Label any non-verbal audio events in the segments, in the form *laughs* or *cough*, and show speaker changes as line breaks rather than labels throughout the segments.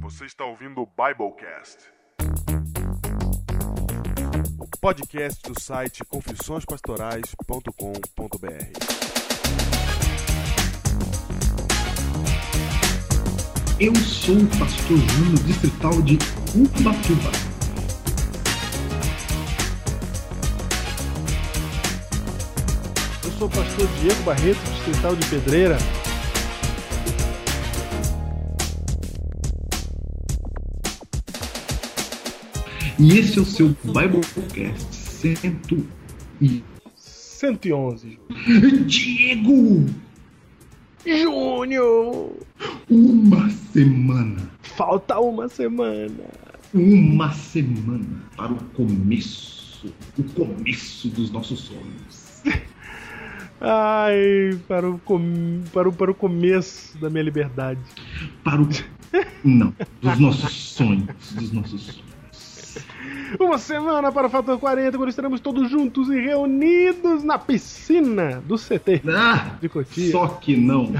Você está ouvindo o Biblecast. O podcast do site confissõespastorais.com.br.
Eu sou o pastor Júnior, distrital de Ubatuba.
Eu sou o pastor Diego Barreto, distrital de Pedreira.
E esse é o seu Biblecast 100 e
111.
Diego!
Júnior!
Uma semana,
Falta uma semana.
uma semana para o começo, o começo dos nossos sonhos.
Ai, para o, com... para, o, para o começo da minha liberdade.
Para o. *laughs* Não, dos nossos sonhos, dos nossos sonhos.
Uma semana para o Fator 40, quando estaremos todos juntos e reunidos na piscina do CT
Ah!
de Cotia.
Só que não.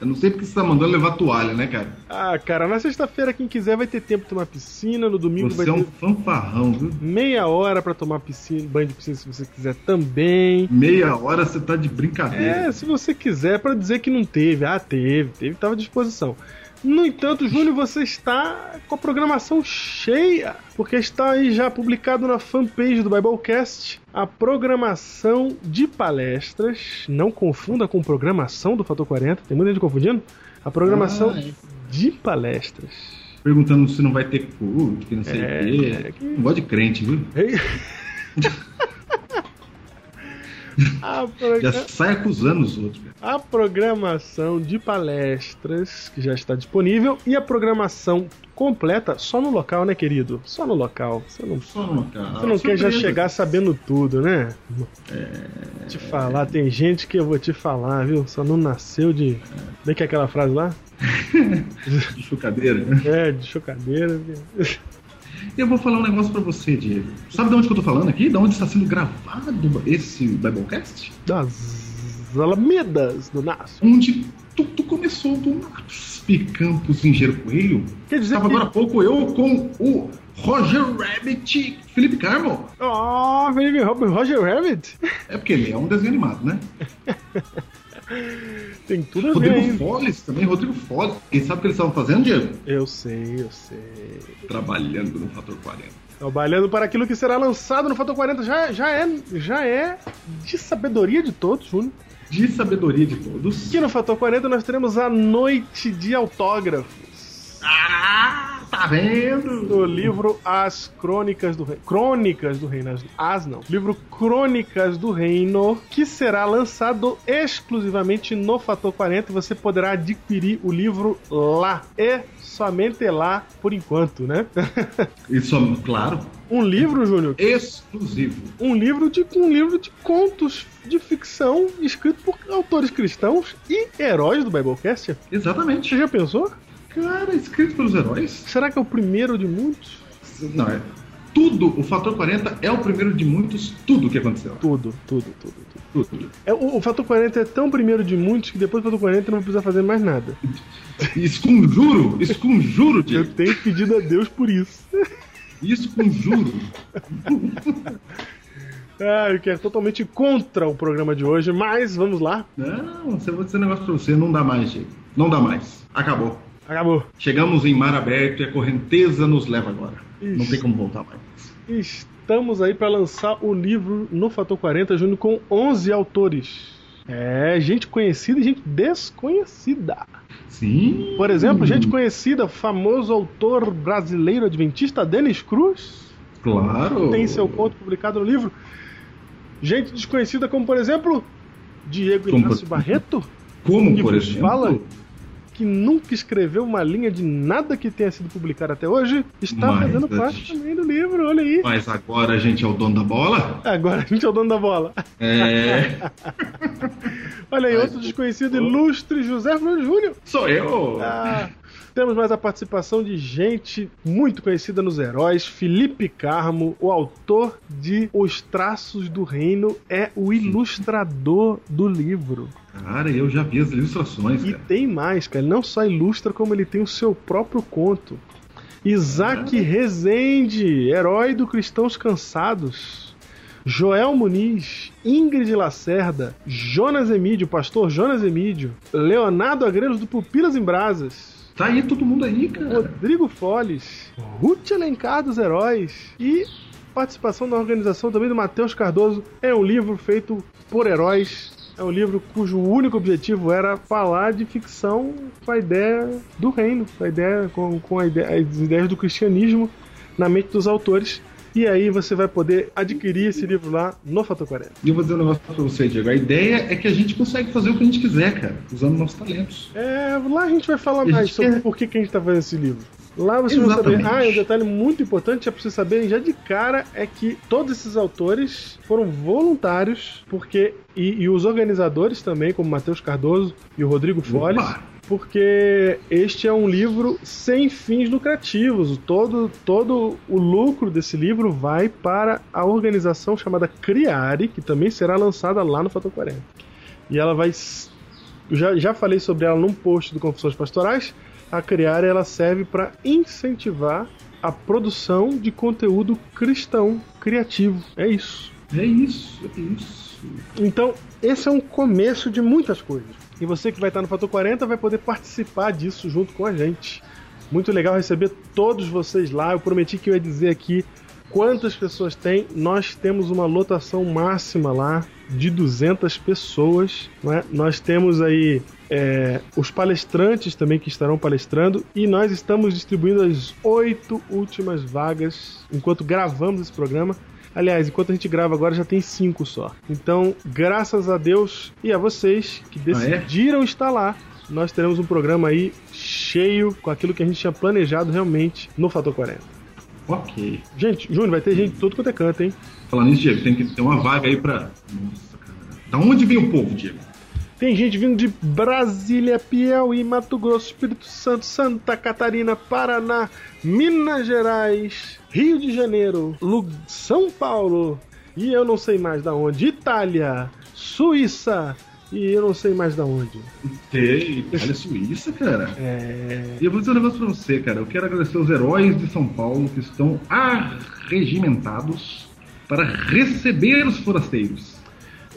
Eu não sei porque você tá mandando levar toalha, né, cara?
Ah, cara, na sexta-feira, quem quiser vai ter tempo de tomar piscina, no domingo vai
Você é
ter
um fanfarrão, viu?
meia hora para tomar piscina, banho de piscina se você quiser também.
Meia hora você tá de brincadeira.
É, se você quiser, pra dizer que não teve. Ah, teve, teve, tava à disposição. No entanto, Júnior, você está com a programação cheia, porque está aí já publicado na fanpage do Biblecast a programação de palestras. Não confunda com programação do Fator 40, tem muita gente confundindo. A programação
Ah, é.
de palestras.
Perguntando se não vai ter culto, que não sei
É, é
o
que-
quê. Não gosto de crente, viu?
Ei. *laughs* A
Já
progra-
sai acusando os outros, cara.
a programação de palestras que já está disponível e a programação completa só no local, né, querido? Só no local. Você não,
Só uma, cara.
você não quer já
Ah, Surpresa. *laughs*
chegar sabendo tudo, né? Te falar, tem gente que eu vou te falar, viu? Só não nasceu de. Como é que é aquela frase lá?
De chocadeira.
É, de chocadeira. viu? *laughs*
Eu vou falar um negócio pra você, Diego. Sabe de onde que eu tô falando aqui? De onde está sendo gravado esse Biblecast?
Das Alamedas do Nasso.
Onde tudo começou do NAPSP Campus Engenheiro Coelho.
Quer dizer
Estava
que.
agora há pouco eu com o Roger Rabbit Felipe Carmo.
Oh, Felipe Ro- Roger Rabbit? *laughs*
É porque ele é um desenho animado, né?
Tem tudo a ver,
Rodrigo
hein?
Foles também, Rodrigo Foles. Quem sabe o que eles estavam fazendo, Diego?
Eu sei, eu sei.
Trabalhando no Fator 40.
Trabalhando É para aquilo que será lançado no Fator 40 já, já, é, já é de sabedoria de todos, Júnior.
De sabedoria de todos.
Que no Fator 40 nós teremos a noite de autógrafos
Ah, tá vendo?
do livro As Crônicas do Reino. Crônicas do Reino, as- as não. Livro Crônicas do Reino, que será lançado exclusivamente no Fator 40. Você poderá adquirir o livro lá. E somente lá, por enquanto, né? *laughs*
Isso, é, claro,
Um livro, Júnior,
exclusivo.
um livro de um livro de contos de ficção escrito por autores cristãos e heróis do Biblecast.
Exatamente.
Você já pensou?
Cara, escrito pelos heróis.
Será que é o primeiro de muitos?
Não, é. Tudo, o Fator 40 é o primeiro de muitos, tudo que aconteceu.
Tudo, tudo, tudo, tudo.
Tudo.
É, o, o Fator 40 é tão primeiro de muitos que depois do Fator 40 não vai precisar fazer mais nada.
Esconjuro, esconjuro, Diego.
Eu tenho pedido a Deus por isso. *laughs*
Isso com juro.
Ah, eu quero totalmente contra o programa de hoje, mas vamos lá.
Não, você vou dizer um negócio pra você, não dá mais, Diego. Não dá mais. Acabou.
Acabou.
Chegamos em mar aberto e a correnteza nos leva agora. Não
Isso.
tem como voltar mais.
Estamos aí para lançar o livro no Fator 40 junto com 11 autores. É, gente conhecida e gente desconhecida.
Sim.
Por exemplo, gente conhecida, famoso autor brasileiro adventista Denis Cruz,
Claro.
tem seu conto publicado no livro. Gente desconhecida como, por exemplo, Diego
Como
Inácio
por-
Barreto,
Como,
que
por
vos
exemplo.
fala que nunca escreveu uma linha de nada que tenha sido publicada até hoje, está
Mas,
fazendo parte também do livro, olha aí.
Mas agora a gente é o dono da bola.
Agora a gente é o dono da bola. *laughs*
É.
Olha aí,
Mas
outro
o-
desconhecido ilustre, José Bruno Júnior.
Sou eu.
Ah, Temos mais a participação de gente muito conhecida nos heróis. Felipe Carmo, o autor de Os Traços do Reino, é o ilustrador do livro.
Cara, eu já vi as ilustrações,
E
cara.
tem mais, cara. Ele não só ilustra, como ele tem o seu próprio conto. Isaac Rezende, herói do Cristãos Cansados. Joel Muniz, Ingrid Lacerda, Jonas Emídio, pastor Jonas Emídio, Leonardo Agreiros do Pupilas em Brasas,
Tá aí todo mundo aí, cara.
Rodrigo Foles, Ruth Alencar dos Heróis e participação da organização também do Matheus Cardoso. É um livro feito por heróis. É um livro cujo único objetivo era falar de ficção com a ideia do reino, com, a ideia, com, com a ideia- as ideias do cristianismo na mente dos autores. E aí você vai poder adquirir esse livro lá no Fatoquarela.
E eu vou dizer um negócio pra você, Diego. A ideia é que a gente consegue fazer o que a gente quiser, cara, usando nossos talentos.
É, lá a gente vai falar
A gente *laughs*
mais sobre
quer-
por que, que a gente tá fazendo esse livro. Lá você vai saber.
Exatamente.
Ah, e um detalhe muito importante é pra vocês saberem já de cara é que todos esses autores foram voluntários, porque. E, e os organizadores também, como Matheus Cardoso e o Rodrigo Foles,
Opa.
porque este é um livro sem fins lucrativos. Todo, todo o lucro desse livro vai para a organização chamada Criare, que também será lançada lá no Fator 40. E ela vai. s- eu Já, já falei sobre ela num post do Confissões Pastorais. A Criare ela serve para incentivar a produção de conteúdo cristão, criativo. É isso.
É isso, é isso.
Então, esse é um começo de muitas coisas. E você que vai estar no Fator 40 vai poder participar disso junto com a gente. Muito legal receber todos vocês lá. Eu prometi que eu ia dizer aqui quantas pessoas tem. Nós temos uma lotação máxima lá de 200 pessoas. não é? Nós temos aí é, os palestrantes também que estarão palestrando e nós estamos distribuindo as oito últimas vagas enquanto gravamos esse programa. Aliás, enquanto a gente grava agora já tem cinco só. Então, graças a Deus e a vocês que
Ah, é?
decidiram estar lá, nós teremos um programa aí cheio com aquilo que a gente tinha planejado realmente no Fator 40.
Ok.
Gente, Júnior, vai ter gente de tudo quanto é canto, hein?
Falando nisso, Diego, tem que ter uma vaga aí pra. Nossa, cara. Da onde vem o povo, Diego?
Tem gente vindo de Brasília, Piauí, Mato Grosso, Espírito Santo, Santa Catarina, Paraná, Minas Gerais, Rio de Janeiro, Lu- São Paulo e eu não sei mais da onde, Itália, Suíça e eu não sei mais da onde.
Tem, Itália Suíça, cara.
É,
E eu vou dizer um negócio pra você, cara. Eu quero agradecer aos heróis de São Paulo que estão arregimentados para receber os forasteiros.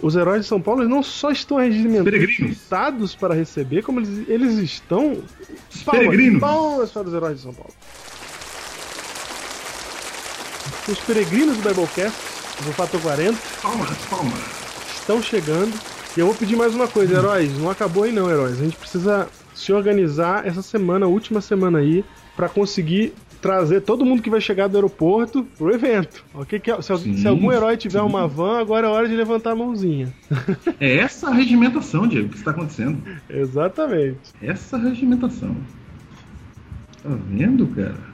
os heróis de São Paulo eles não só estão
Peregrinos.
regimentados para receber, como eles, eles estão
peregrinos.
palmas para os heróis de São Paulo. Os peregrinos do Biblecast, do Fator 40,
Palmas, palmas.
estão chegando. E eu vou pedir mais uma coisa, heróis. Não acabou aí não, heróis. A gente precisa se organizar essa semana, última semana aí, pra conseguir trazer todo mundo que vai chegar do aeroporto pro evento. Ok? Que, é- se, al-
Sim,
se algum herói tiver
sim.
uma van, agora é hora de levantar a mãozinha.
É essa regimentação, Diego, que está acontecendo. É
Exatamente.
Essa regimentação. Tá vendo, cara?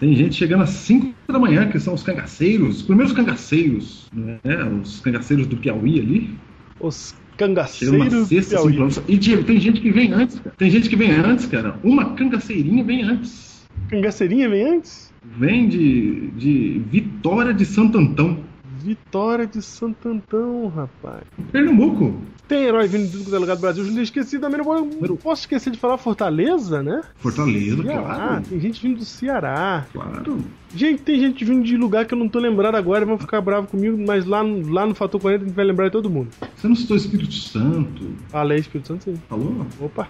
Tem gente chegando às 5 da manhã, que são os cangaceiros, os primeiros cangaceiros, né? Os cangaceiros do Piauí ali.
Os
Chegando na
cangaceiros do
sexta, cinco
Piauí.
anos. assim, E Diego, tem gente que vem antes, cara. Tem gente que vem antes, cara. Uma cangaceirinha vem antes.
Cangaceirinha vem antes?
Vem de, de Vitória de Santo Antão,
Vitória de Santo Antão, rapaz.
Pernambuco.
Tem herói vindo de tudo quanto é lugar do Brasil. Eu esqueci também, não vou- não posso esquecer de falar Fortaleza, né?
um. Fortaleza,
Ceará.
claro.
Tem gente vindo do Ceará.
Claro.
Gente, tem gente vindo de lugar que eu não tô lembrado agora e vão ficar bravo comigo, mas lá, no- lá no Fator 40 a gente vai lembrar de todo mundo.
Você não citou Espírito Santo,
Falei Espírito Santo, sim.
falou?
Opa.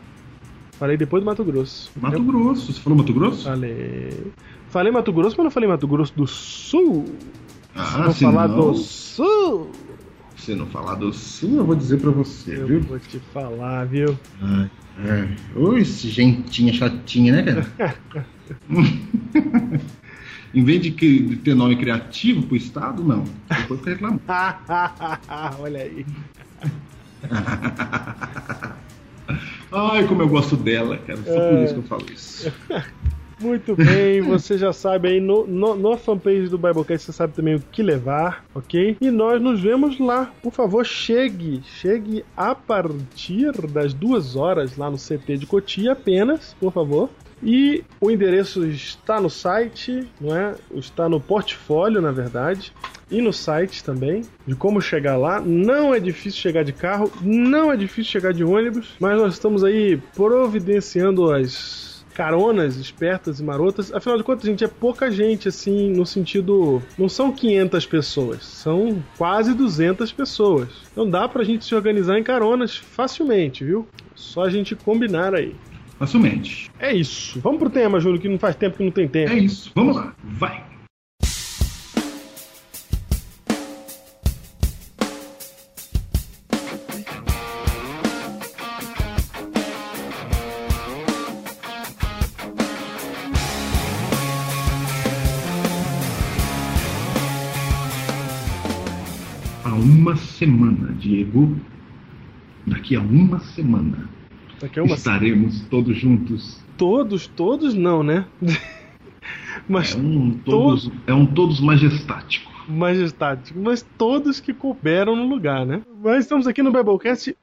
Falei depois do Mato Grosso.
Mato
Eu Ah,
Grosso. Você falou Mato Grosso?
Falei. Falei Mato Grosso, mas não falei Mato Grosso do Sul.
Ah,
vou
se
falar
não,
do Sul.
se não falar do sul, eu vou dizer pra você,
Eu
viu?
vou te falar, viu? *laughs*
Ai, ai. Oi, esse gentinha chatinha, né, cara?
*laughs*
em vez de, que- de ter nome criativo pro estado, não. Depois fica reclamando.
Olha aí.
Ai, como eu gosto dela, cara. Só por
É.
isso que eu falo isso.
Muito bem, você já sabe aí no, no, no fanpage do Biblecast, você sabe também o que levar, ok? E nós nos vemos lá. Por favor, chegue. Chegue a partir das duas horas lá no CT de Cotia apenas, por favor. E o endereço está no site, não é? Está no portfólio, na verdade, e no site também, de como chegar lá. Não é difícil chegar de carro, não é difícil chegar de ônibus, mas nós estamos aí providenciando as caronas espertas e marotas. Afinal de contas, gente, é pouca gente, assim, no sentido. Não são 500 pessoas, são quase 200 pessoas. Então dá pra gente se organizar em caronas facilmente, viu? Só a gente combinar aí.
Facilmente.
É isso. Vamos pro tema, Júlio, que não faz tempo que não tem tempo.
É isso. Vamos lá. Vai. A uma semana, Diego. Daqui a uma semana
Daqui a é uma
estaremos todos juntos.
Todos, todos não, né? *laughs* Mas
É um todos, é um todos majestático.
majestático, mas todos que couberam no lugar, né? Mas estamos aqui no Biblecast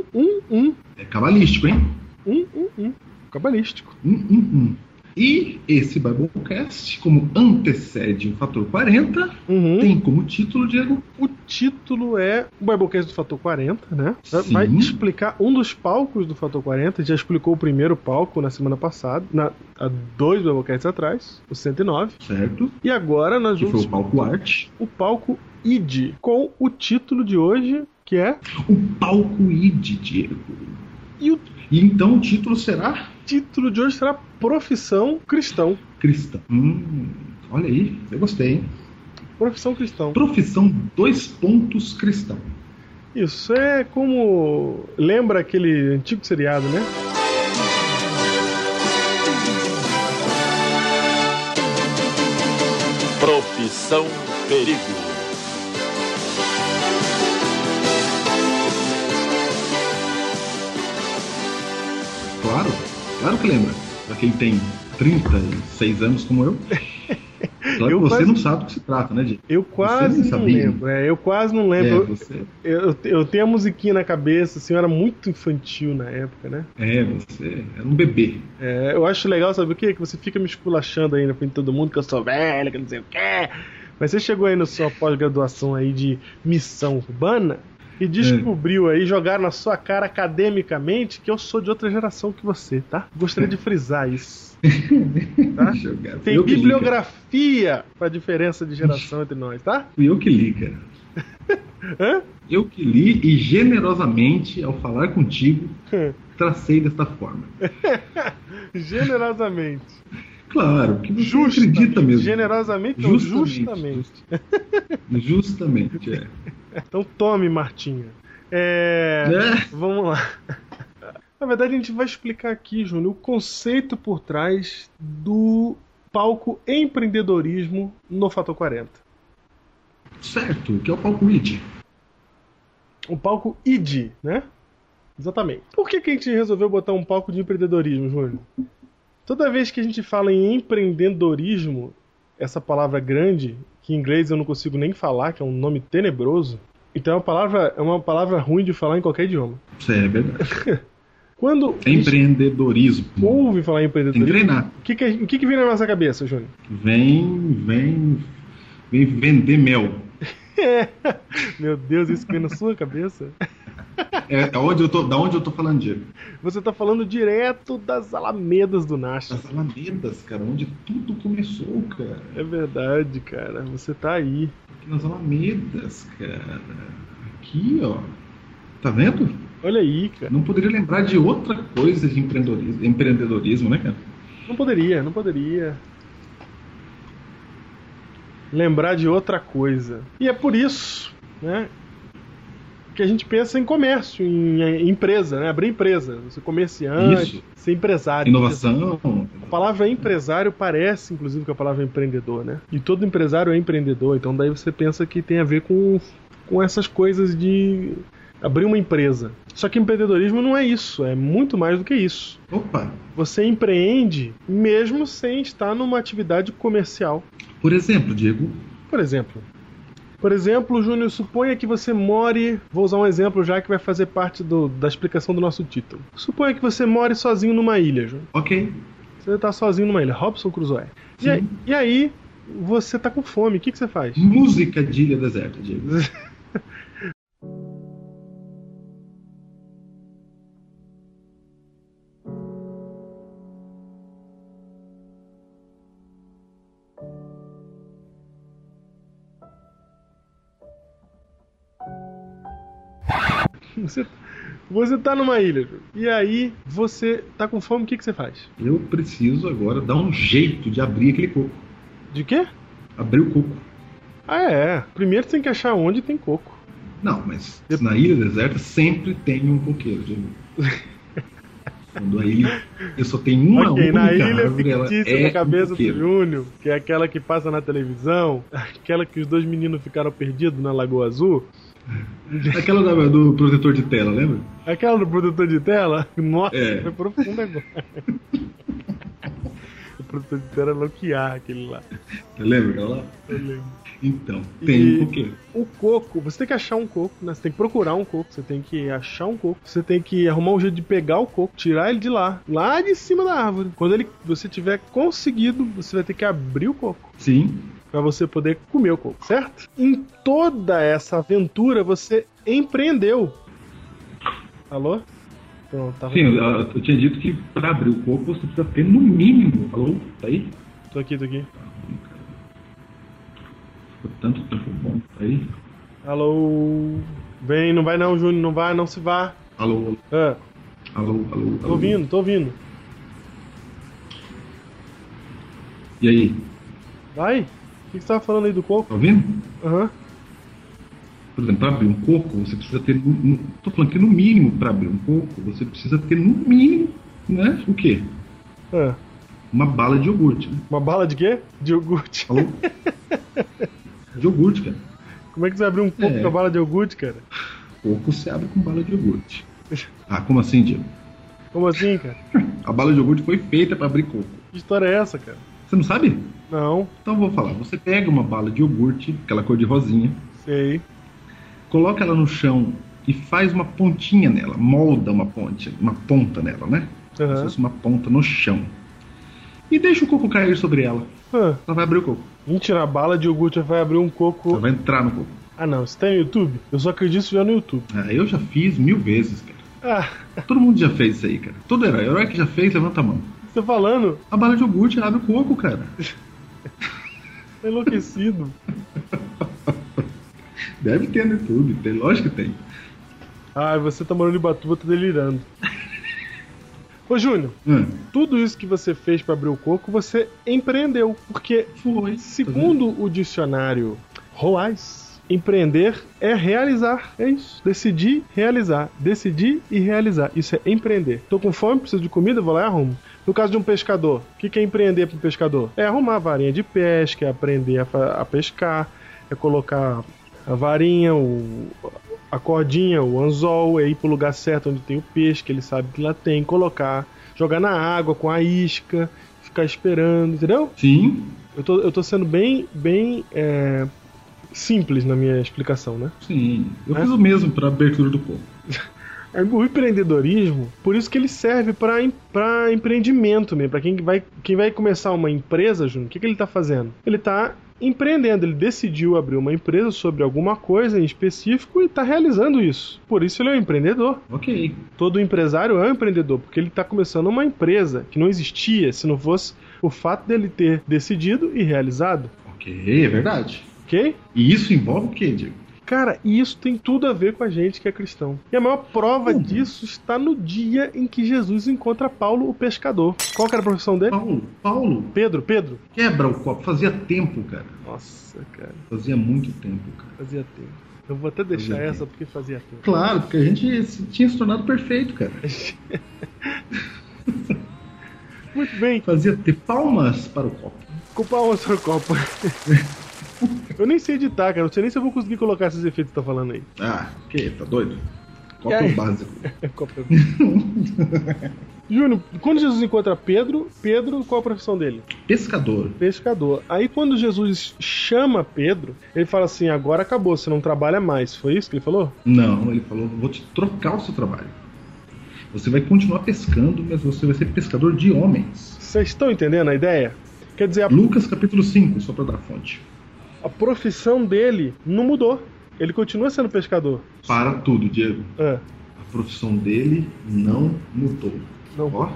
1, 1, 1,
É cabalístico, hein?
1, 1, 1. Cabalístico.
Hum, hum, hum. E esse Biblecast, como antecede o fator 40,
Uhum.
tem como título, Diego,
O título é o Biblecast do Fator 40, né?
Sim.
Vai explicar um dos palcos do Fator 40. Já explicou o primeiro palco na semana passada, na, há dois Biblecasts atrás, o 109.
certo?
E agora nós
Que foi
vamos
o palco arte.
o palco ID, com o título de hoje, que é
O palco ID, Diego.
E o
E então o título será
título de hoje será Profissão Cristão.
Cristão. Hum, olha aí, eu gostei, hein?
Profissão Cristão.
Profissão dois pontos cristão.
Isso é como. Lembra aquele antigo seriado, né?
Profissão Perigo.
Claro, claro que lembra. Pra quem tem 36 anos
*laughs*
como eu. Claro
Eu
que você
quase-
não sabe do que se trata, né, Diego?
Eu quase
nem
não
sabia.
lembro. É, eu quase não
É,
lembro.
você,
Eu, eu, eu tenho a musiquinha na cabeça, assim, eu era muito infantil na época, né?
é, você era um bebê.
É, eu acho legal, sabe o quê? Que você fica me esculachando aí na frente de todo mundo, que eu sou velho, que eu não sei o quê. Mas você chegou aí na sua pós-graduação aí de missão urbana e descobriu aí, jogaram na sua cara academicamente que eu sou de outra geração que você, tá? Gostaria de frisar isso. Tá?
*laughs* Deixa eu ver.
Tem
Eu que li, cara.
bibliografia pra diferença de geração entre nós, tá? *laughs*
Fui eu que li, cara.
Hã?
Eu que li e generosamente, ao falar contigo, tracei desta forma.
Generosamente.
Claro, que você
Justamente. então,
acredita mesmo.
Generosamente, não,
Justamente.
justamente. *laughs*
Justamente, é.
Então tome, Martinha. É.
Né?
Vamos lá. Na verdade, a gente vai explicar aqui, Júnior, o conceito por trás do palco empreendedorismo no Fator 40.
Certo, que é o palco ID.
O palco ID, né? Exatamente. Por que, que a gente resolveu botar um palco de empreendedorismo, Júnior? Toda vez que a gente fala em empreendedorismo, essa palavra grande, que em inglês eu não consigo nem falar, que é um nome tenebroso, então é uma palavra, é uma palavra ruim de falar em qualquer idioma.
Isso é verdade.
Quando a
É
gente
empreendedorismo.
ouve falar em
Tem que
empreendedorismo,
treinar.
O que, que, a- o que que vem na nossa cabeça, Júnior?
Vem, vem, vem vender mel.
Meu Deus, isso que vem na sua *laughs* cabeça?
É, é onde eu tô, da onde eu tô falando, Diego?
Você tá falando direto das alamedas do Nasha.
Das alamedas, cara, onde tudo começou, cara.
É verdade, cara. Você tá aí.
Aqui nas alamedas, cara. Aqui, ó. Tá vendo?
Olha aí, cara.
Não poderia lembrar de outra coisa de empreendedorismo, empreendedorismo né, cara?
Não poderia, não poderia. Lembrar de outra coisa. E é por isso, né? Que a gente pensa em comércio, em, em empresa, né? Abrir empresa. Você comerciante,
Isso.
ser empresário.
Inovação.
A palavra empresário parece, inclusive, com a palavra empreendedor, né? E todo empresário é empreendedor, então daí você pensa que tem a ver com, com essas coisas de abrir uma empresa. Só que empreendedorismo não é isso, é muito mais do que isso.
Opa,
Você empreende mesmo sem estar numa atividade comercial,
por exemplo, Diego,
por exemplo. Por exemplo, Júnior, suponha que você more. Vou usar um exemplo já que vai fazer parte do- da explicação do nosso título. Suponha que você more sozinho numa ilha, Júnior.
ok,
Você tá sozinho numa ilha, Robson Crusoe. E, aí- e aí, você tá com fome, o que, que você faz?
Hum. música de Ilha Deserta, Diego.
*laughs* Você, você tá numa ilha, Júnior. E aí, você tá com fome, o que, que você faz?
Eu preciso agora dar um jeito de abrir aquele coco.
De quê?
Abrir o coco.
Ah, é. Primeiro tem que achar onde tem coco.
Não, mas na ilha deserta sempre tem um coqueiro, Diego.
*laughs*
Quando a ilha eu só tenho uma
ok,
única
na ilha
árvore, ela
fictícia
é
da cabeça
um
do
coqueiro.
Júnior, que é aquela que passa na televisão, aquela que os dois meninos ficaram perdidos na Lagoa Azul,
Aquela da- do protetor de tela, lembra?
aquela do produtor de tela, *laughs* nossa,
É.
foi profundo agora. *laughs* o produtor de tela era Loquiar, aquele
*laughs*
lá.
Lembra aquela lá?
Eu lembro.
Então, tem
E-
um coqueiro.
O coco, você tem que achar um coco, né? Você tem que procurar um coco, você tem que achar um coco, você tem que arrumar um jeito de pegar o coco, tirar ele de lá, lá de cima da árvore. Quando ele, você tiver conseguido, você vai ter que abrir o coco.
Sim,
Pra você poder comer o coco, certo? Em toda essa aventura você empreendeu. Alô? Pronto, tá
sim, eu, eu tinha dito que pra abrir o coco você precisa ter no mínimo. Falou? Tá aí?
Tô aqui, tô aqui.
Ficou tanto tempo bom. Tá aí?
Alô? Vem, não vai não, Júnior, não vai, não se vá.
Alô,
Ah,
alô, alô. alô
tô ouvindo, tô ouvindo.
E aí?
Vai? O que que você tava falando aí do coco?
Tá ouvindo?
Aham.
Por exemplo, para abrir um coco, você precisa ter. no- no- Tô falando que no mínimo, para abrir um coco, você precisa ter no mínimo, né? O quê?
Ah.
Uma bala de iogurte. Né?
Uma bala de quê? De iogurte. *laughs*
Falou? de iogurte, cara.
Como é que você abriu um coco
É.
com a bala de iogurte, cara?
Coco se abre com bala de iogurte. Ah, como assim, Diego?
Como assim, cara?
A bala de iogurte foi feita para abrir coco.
Que história é essa, cara?
Você não sabe?
Não,
Então eu vou falar. Você pega uma bala de iogurte, aquela cor de rosinha,
sei.
coloca ela no chão e faz uma pontinha nela, molda uma ponte, uma ponta nela, né? Como se
Aham.
fosse uma ponta no chão. E deixa o coco cair sobre ela.
Ah.
Ela vai abrir o coco.
Mentira, a bala de iogurte vai abrir um
Ela
coco.
vai entrar no coco.
Ah, não, isso tá no YouTube? Eu só acredito já no YouTube.
Ah, eu já fiz mil vezes, cara.
Ah,
Todo mundo já fez isso aí, cara. Todo herói. herói que já fez, levanta a mão.
você tá falando?
A bala de iogurte abre o coco, cara.
Tá enlouquecido.
Deve ter no YouTube. Tem, lógico que tem.
Ai, você tá morando em Batuba, tá delirando. Ô, Júnior,
Hum,
tudo isso que você fez pra abrir o coco, você empreendeu. Porque,
Foi.
segundo o dicionário Roais, empreender é realizar. É isso. Decidir, realizar. Decidir e realizar. Isso é empreender. Tô com fome, preciso de comida, vou lá e arrumo. No caso de um pescador, o que que é empreender para um pescador? É arrumar a varinha de pesca, é aprender a, fa- a pescar, é colocar a varinha, o, a cordinha, o anzol, é ir pro lugar certo onde tem o peixe, que ele sabe que lá tem, colocar, jogar na água com a isca, ficar esperando, entendeu?
Sim,
Eu tô, eu tô sendo bem, bem é, simples na minha explicação, né?
sim. Eu
É?
fiz o mesmo pra abertura do coco.
O empreendedorismo, por isso que ele serve pra em- pra empreendimento mesmo. Pra quem vai, quem vai começar uma empresa, Júnior, o que, que ele tá fazendo? Ele tá empreendendo, ele decidiu abrir uma empresa sobre alguma coisa em específico e tá realizando isso. Por isso ele é um empreendedor.
Ok.
Todo empresário é um empreendedor, porque ele tá começando uma empresa que não existia se não fosse o fato dele ter decidido e realizado,
Ok, é verdade.
ok?
E isso envolve o quê, Diego?
Cara, e isso tem tudo a ver com a gente que é cristão. E a maior prova
Uhum.
disso está no dia em que Jesus encontra Paulo, o pescador. Qual que era a profissão dele?
Paulo, Paulo,
Pedro, Pedro.
quebra o copo. Fazia tempo, cara.
Nossa, cara,
Fazia muito tempo, cara.
fazia tempo. Eu vou até deixar
Fazia
essa porque fazia tempo.
Claro, porque a gente se- tinha se tornado perfeito, cara.
Muito bem,
Fazia ter palmas para o copo.
culpa outra copa. *laughs* Eu nem sei editar, cara. Não sei nem se eu vou conseguir colocar esses efeitos que tá falando aí.
Ah, que? Tá doido? Copa
aí?
é o básico. *laughs*
Júnior, quando Jesus encontra Pedro, Pedro, qual a profissão dele?
Pescador.
Pescador. Aí quando Jesus chama Pedro, ele fala assim: agora acabou, você não trabalha mais. Foi isso que ele falou?
Não, ele falou, vou te trocar o seu trabalho. Você vai continuar pescando, mas você vai ser pescador de homens.
Vocês estão entendendo a ideia? Quer dizer, a
Lucas capítulo 5, só pra dar fonte.
a profissão dele não mudou. Ele continua sendo pescador.
Para tudo, Diego.
Ah,
A profissão dele não mudou.
Não.
Ó,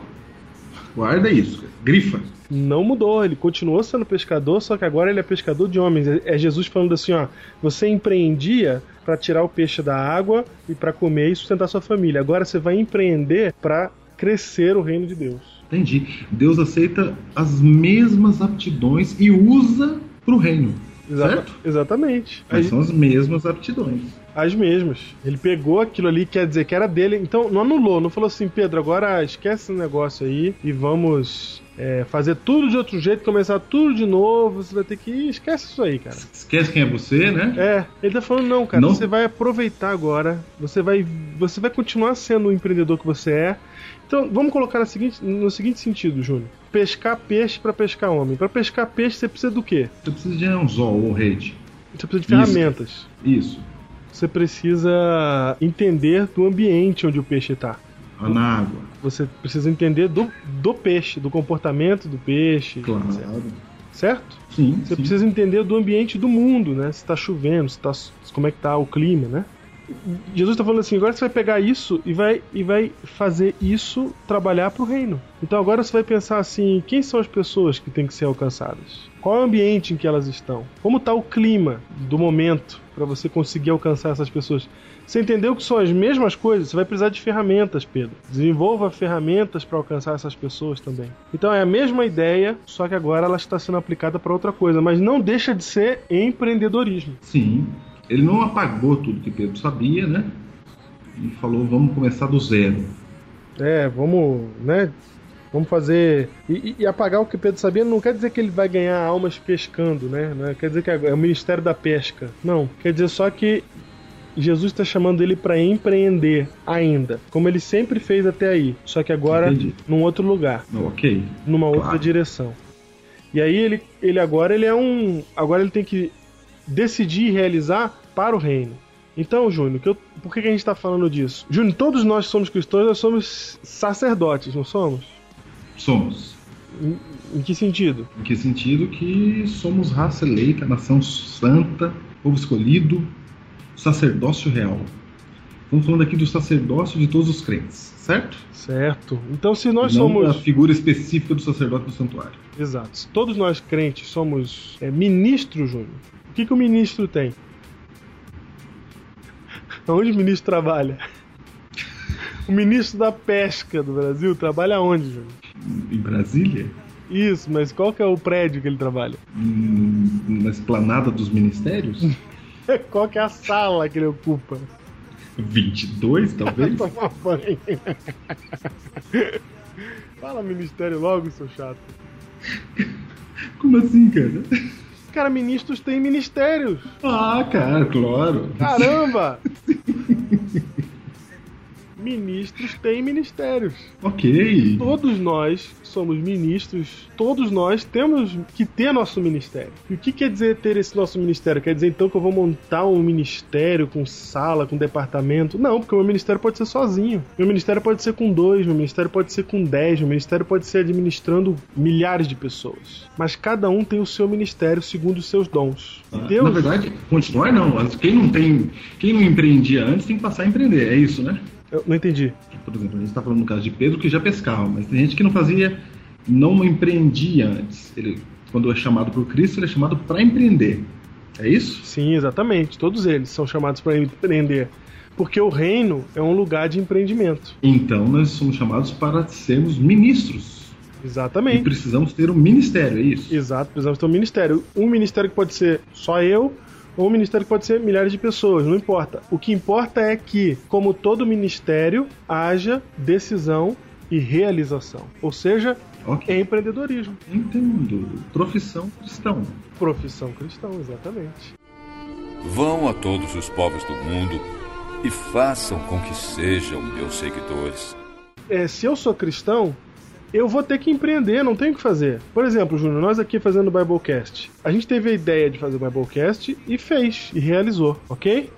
guarda isso, cara. grifa.
não mudou, ele continuou sendo pescador, só que agora ele é pescador de homens. É é Jesus falando assim, ó, você empreendia para tirar o peixe da água e para comer e sustentar sua família. Agora você vai empreender para crescer o reino de Deus.
Entendi. Deus aceita as mesmas aptidões e usa pro reino. Certo?
Exatamente.
Mas
As-
são as mesmas aptidões.
As mesmas. Ele pegou aquilo ali, quer dizer que era dele. Então, não anulou, não falou assim, Pedro, agora esquece esse negócio aí e vamos é, fazer tudo de outro jeito, começar tudo de novo. Você vai ter que. ir, Esquece isso aí, cara.
Esquece quem é você, né?
É, ele tá falando, não, cara,
Não.
você vai aproveitar agora, você vai, você vai continuar sendo o empreendedor que você é. Então, vamos colocar na seguinte- no seguinte sentido, Júnior. Pescar peixe pra pescar homem. Pra pescar peixe, você precisa do quê?
Você precisa de um anzol ou rede.
Você precisa de
Isca.
ferramentas.
Isso.
Você precisa entender do ambiente onde o peixe tá.
Na água.
Você precisa entender do, do peixe, do comportamento do peixe,
Claro.
etc. certo?
Sim.
Você
sim.
precisa entender do ambiente do mundo, né? Se tá chovendo, se tá, como é que tá o clima, né? Jesus tá falando assim, agora você vai pegar isso e vai, e vai fazer isso trabalhar pro reino. Então agora você vai pensar assim, quem são as pessoas que têm que ser alcançadas? Qual é o ambiente em que elas estão? Como tá o clima do momento para você conseguir alcançar essas pessoas? Você entendeu que são as mesmas coisas? Você vai precisar de ferramentas, Pedro. Desenvolva ferramentas para alcançar essas pessoas também. Então é a mesma ideia, só que agora ela está sendo aplicada para outra coisa, mas não deixa de ser empreendedorismo.
Sim. Ele não apagou tudo que Pedro sabia, né? E falou, vamos começar do zero.
É, vamos, né? Vamos fazer. E, e- e apagar o que Pedro sabia não quer dizer que ele vai ganhar almas pescando, né? Não é- Quer dizer que é o Ministério da Pesca. Não. Quer dizer só que Jesus está chamando ele para empreender ainda. Como ele sempre fez até aí. Só que agora
Entendi.
num outro lugar,
Não, ok.
numa outra
Claro.
direção. E aí ele, ele agora ele é um. Agora ele tem que decidir e realizar para o reino. Então, Júnior, que eu- por que, que a gente está falando disso? Júnior, todos nós que somos cristãos, nós somos sacerdotes, não somos?
Somos.
Em que sentido?
Em que sentido que somos raça eleita, nação santa, povo escolhido, sacerdócio real. Estamos falando aqui do sacerdócio de todos os crentes, certo?
Certo. Então, se nós
Não
somos.
a figura específica do sacerdote do santuário.
Exato. Se todos nós crentes somos é, ministros, Júnior, o que, que o ministro tem? *laughs* Onde o ministro trabalha? *laughs* O ministro da pesca do Brasil trabalha onde, Júnior?
Em Brasília,
Isso, mas qual que é o prédio que ele trabalha? *laughs*
hum, na esplanada dos ministérios,
Qual que é a sala que ele ocupa? *laughs*
22 talvez.
Toma banho. Fala ministério logo, seu chato.
Como assim, cara?
Cara, ministros têm ministérios.
Ah, cara, claro.
Caramba! *laughs* Ministros têm ministérios.
Ok.
Todos nós somos ministros, todos nós temos que ter nosso ministério. E o que quer dizer ter esse nosso ministério? Quer dizer então que eu vou montar um ministério com sala, com departamento? Não, porque o meu ministério pode ser sozinho. Meu ministério pode ser com dois, meu ministério pode ser com dez, meu ministério pode ser administrando milhares de pessoas. Mas cada um tem o seu ministério segundo os seus dons. E
Ah, Na
Deus,
verdade, continuar não. Mas Quem não tem, quem não empreendia antes tem que passar a empreender. É isso, né?
eu não entendi.
Por exemplo, a gente está falando no caso de Pedro que já pescava, mas tem gente que não fazia, não empreendia antes. Ele, quando é chamado por Cristo, ele é chamado para empreender. É isso?
Sim, exatamente. Todos eles são chamados para empreender. Porque o reino é um lugar de empreendimento.
Então nós somos chamados para sermos ministros. E
Exatamente.
precisamos ter um ministério, é isso?
Exato, precisamos ter um ministério. Um ministério que pode ser só eu, ou um ministério que pode ser milhares de pessoas, não importa. O que importa é que, como todo ministério, haja decisão e realização. Ou seja,
Ok.
é empreendedorismo.
Entendo. Profissão cristão.
Profissão cristã, exatamente.
Vão a todos os povos do mundo e façam com que sejam meus seguidores.
É, se eu sou cristão, eu vou ter que empreender, não tenho o que fazer. Por exemplo, Júnior, nós aqui fazendo o Biblecast. A gente teve a ideia de fazer o Biblecast e fez, e realizou, ok?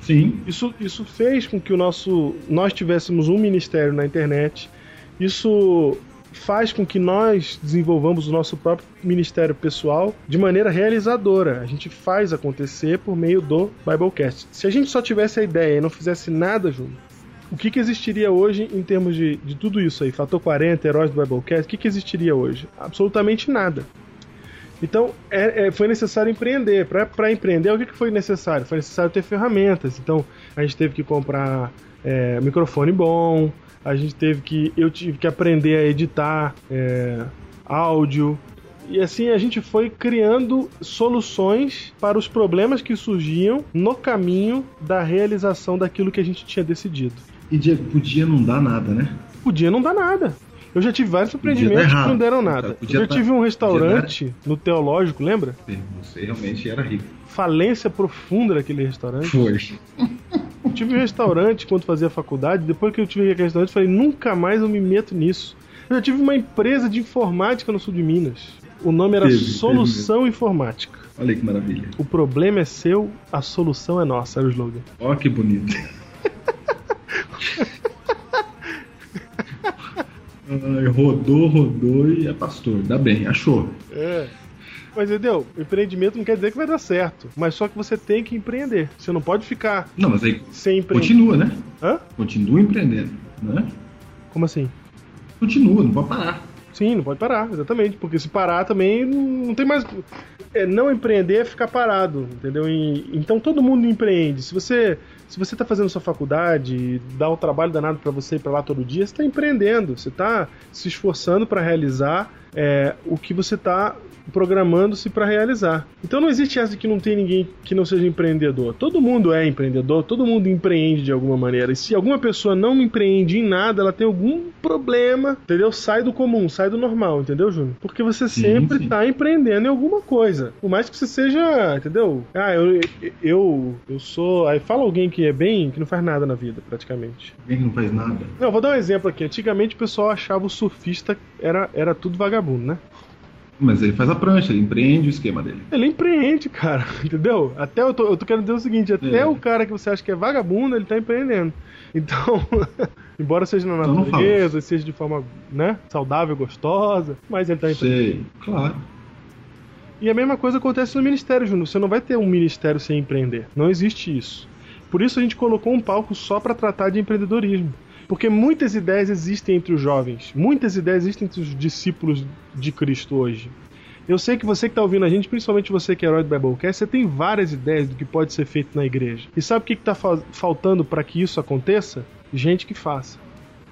Sim.
Isso, isso fez com que o nosso nós tivéssemos um ministério na internet. Isso faz com que nós desenvolvamos o nosso próprio ministério pessoal de maneira realizadora. A gente faz acontecer por meio do Biblecast. Se a gente só tivesse a ideia e não fizesse nada, Júnior, o que, que existiria hoje em termos de, de tudo isso aí? Fator 40, heróis do Biblecast, o que, que existiria hoje? Absolutamente nada. Então, é- é- foi necessário empreender. Para empreender, o que, que foi necessário? Foi necessário ter ferramentas. Então, a gente teve que comprar é, microfone bom, a gente teve que. Eu tive que aprender a editar é, áudio. E assim a gente foi criando soluções para os problemas que surgiam no caminho da realização daquilo que a gente tinha decidido.
E Diego, podia não dar nada, né?
Podia não dar nada. Eu já tive vários empreendimentos
dar
que não
errado.
deram nada.
Podia
Eu já
dar-
tive um
podia dar-
restaurante no Teológico, lembra?
Você realmente era rico.
Falência profunda daquele restaurante.
Foi.
Eu tive um restaurante quando fazia faculdade. Depois que eu tive aquele restaurante, eu falei, nunca mais eu me meto nisso. Eu já tive uma empresa de informática no sul de Minas. O nome era
Teve, teve
Solução Informática.
Olha aí que maravilha.
O problema é seu, a solução é nossa, era o slogan.
Ó que bonito. Ai, rodou, rodou e é pastor. Dá bem, achou.
É. Mas entendeu? Empreendimento não quer dizer que vai dar certo. Mas só que você tem que empreender. Você não pode ficar
Não, mas aí
sem empreender.
continua, né?
Hã?
Continua empreendendo, né?
Como assim?
Continua, não pode parar.
Sim, não pode parar, exatamente. Porque se parar também não não tem mais. É, não empreender é ficar parado, entendeu? E- então todo mundo empreende. Se você se você está fazendo sua faculdade, e dá o trabalho danado para você ir para lá todo dia, você está empreendendo, você está se esforçando para realizar é, o que você está programando-se para realizar. Então não existe essa de que não tem ninguém que não seja empreendedor. Todo mundo é empreendedor, todo mundo empreende de alguma maneira. E se alguma pessoa não empreende em nada, ela tem algum problema, entendeu? Sai do comum, sai do normal, entendeu, Júnior? Porque você
Sim,
sempre
sim.
tá empreendendo em alguma coisa. Por mais que você seja, entendeu? Ah, eu eu, eu sou, aí fala alguém que é bem, que não faz nada na vida, praticamente.
Alguém que não faz nada.
Não, vou dar um exemplo aqui. Antigamente o pessoal achava o surfista era, era tudo vagabundo, né?
Mas ele faz a prancha, ele empreende o esquema dele.
Ele empreende, cara, *laughs* entendeu? Até eu tô, eu tô querendo dizer o seguinte: até
É.
o cara que você acha que é vagabundo, ele tá empreendendo. Então, *laughs* embora seja na
Então não fala.
natureza, seja de forma, né, saudável, gostosa, mas ele tá empreendendo.
Sei, claro.
E a mesma coisa acontece no ministério, Júnior. Você não vai ter um ministério sem empreender. Não existe isso. Por isso a gente colocou um palco só para tratar de empreendedorismo. Porque muitas ideias existem entre os jovens, muitas ideias existem entre os discípulos de Cristo hoje. Eu sei que você que está ouvindo a gente, principalmente você que é herói do Biblecast, você tem várias ideias do que pode ser feito na igreja. E sabe o que está faltando para que isso aconteça? Gente que faça.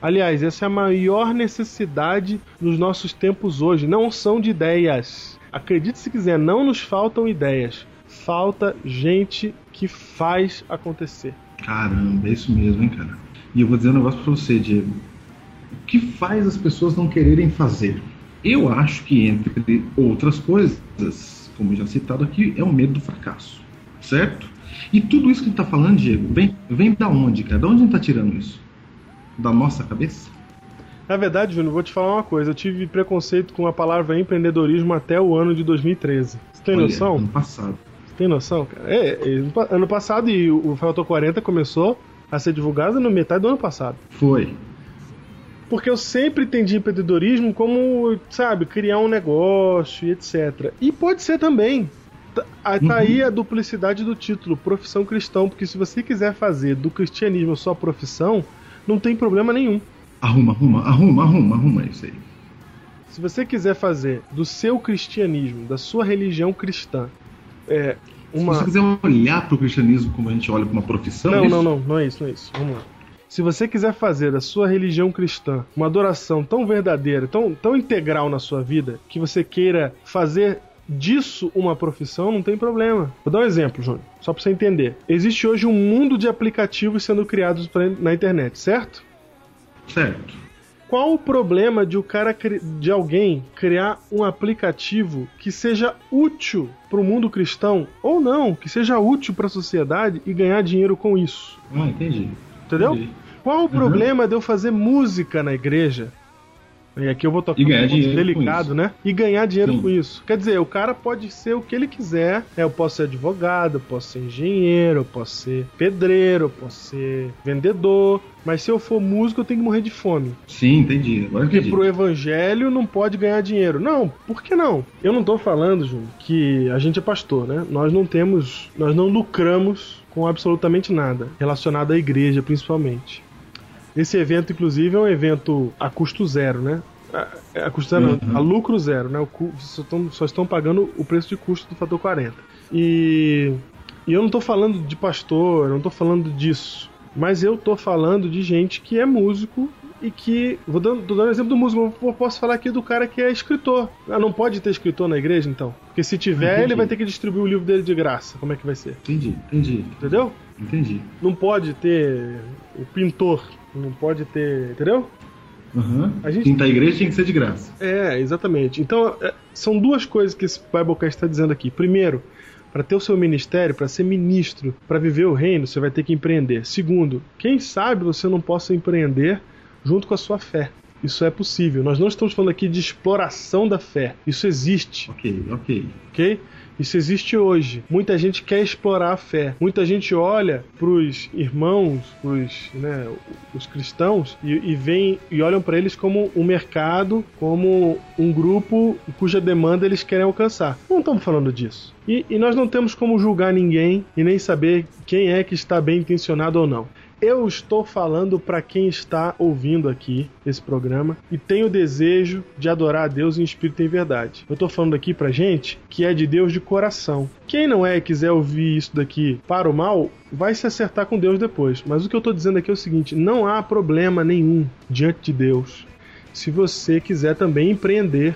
Aliás, essa é a maior necessidade nos nossos tempos hoje. Não são de ideias. Acredite se quiser, não nos faltam ideias. Falta gente que faz acontecer.
Caramba, é isso mesmo, hein, cara. E eu vou dizer um negócio pra você, Diego. O que faz as pessoas não quererem fazer? Eu acho que, entre outras coisas, como já citado aqui, é o medo do fracasso, certo? E tudo isso que ele tá falando, Diego, vem, vem da onde, cara? Da onde a gente tá tirando isso? Da nossa cabeça?
Na verdade, Júnior, vou te falar uma coisa. Eu tive preconceito com a palavra empreendedorismo até o ano de 2013. Você tem
Olha,
noção?
ano passado.
Você tem noção, cara? É, é, ano pa- ano passado e o Fator 40 começou a ser divulgado no metade do ano passado.
Foi.
Porque eu sempre entendi empreendedorismo como, sabe, criar um negócio e etc. E pode ser também. Tá, ah, tá
Uhum.
aí a duplicidade do título, profissão cristão, porque se você quiser fazer do cristianismo a sua profissão, não tem problema nenhum.
Arruma, arruma, arruma, arruma, arruma isso aí.
Se você quiser fazer do seu cristianismo, da sua religião cristã, é uma.
Se você quiser olhar pro cristianismo como a gente olha pra uma profissão,
Não,
isso-
não, não, não é isso, não é isso. Vamos lá. Se você quiser fazer da sua religião cristã uma adoração tão verdadeira, tão, tão integral na sua vida, que você queira fazer disso uma profissão, não tem problema. Vou dar um exemplo, Júnior, só pra você entender. Existe hoje um mundo de aplicativos sendo criados pra- na internet, certo?
é certo.
Qual o problema de o cara cri- de alguém criar um aplicativo que seja útil para o mundo cristão ou não, que seja útil para a sociedade e ganhar dinheiro com isso?
Ah, entendi.
Entendeu?
Entendi.
Qual o problema de eu fazer música na igreja? E aqui eu vou tocar
E ganhar
um ponto
dinheiro com
delicado,
isso.
né? E ganhar dinheiro
Sim.
com isso. Quer dizer, o cara pode ser o que ele quiser. É, eu posso ser advogado, eu posso ser engenheiro, eu posso ser pedreiro, eu posso ser vendedor. Mas se eu for músico, eu tenho que morrer de fome.
Sim, entendi. Agora eu
Porque
entendi.
pro evangelho não pode ganhar dinheiro. Não, por que não? Eu não tô falando, Júnior, que a gente é pastor, né? Nós não temos, nós não lucramos com absolutamente nada relacionado à igreja, principalmente. Esse evento, inclusive, é um evento a custo zero, né? A, a custo zero, não, a lucro zero, né? O cu- só, tão- só estão pagando o preço de custo do fator 40. E, e eu não tô falando de pastor, eu não tô falando disso. Mas eu tô falando de gente que é músico e que. Vou dando, tô dando exemplo do músico, eu posso falar aqui do cara que é escritor. Ah, não pode ter escritor na igreja, então? Porque se tiver,
Entendi.
ele vai ter que distribuir o livro dele de graça. Como é que vai ser?
Entendi, entendi.
Entendeu?
Entendi.
Não pode ter o pintor. Não pode ter. Entendeu?
Aham.
A gente-
Quinta igreja tinha que ser de graça.
É, exatamente. Então, é, são duas coisas que esse Biblecast está dizendo aqui. Primeiro, para ter o seu ministério, para ser ministro, para viver o reino, você vai ter que empreender. Segundo, quem sabe você não possa empreender junto com a sua fé. Isso é possível. Nós não estamos falando aqui de exploração da fé. Isso existe
Ok, ok.
ok? Isso existe hoje. Muita gente quer explorar a fé. Muita gente olha pros irmãos, pros, né, os cristãos e, e vem e olham para eles como um mercado, como um grupo cuja demanda eles querem alcançar. Não estamos falando disso. E, e nós não temos como julgar ninguém e nem saber quem é que está bem intencionado ou não. Eu estou falando para quem está ouvindo aqui esse programa e tem o desejo de adorar a Deus em espírito e em verdade. Eu estou falando aqui para gente que é de Deus de coração. Quem não é e quiser ouvir isso daqui para o mal, vai se acertar com Deus depois. Mas o que eu estou dizendo aqui é o seguinte: não há problema nenhum diante de Deus se você quiser também empreender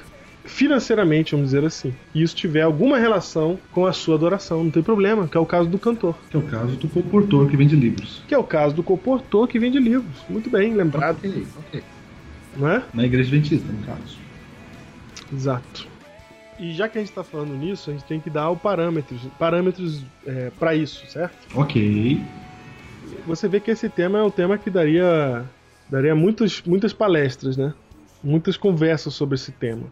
financeiramente, vamos dizer assim, e isso tiver alguma relação com a sua adoração, não tem problema, que é o caso do cantor
Que é o caso do comportor que vende livros.
que é o caso do comportor que vende livros. Muito bem lembrado,
Ok, ok.
não é?
Na igreja adventista, no caso.
Exato. E já que a gente está falando nisso, a gente tem que dar o parâmetros, parâmetros para isso, certo?
Ok.
Você vê que esse tema é um tema que daria, daria muitas, muitas palestras, né? Muitas conversas sobre esse tema.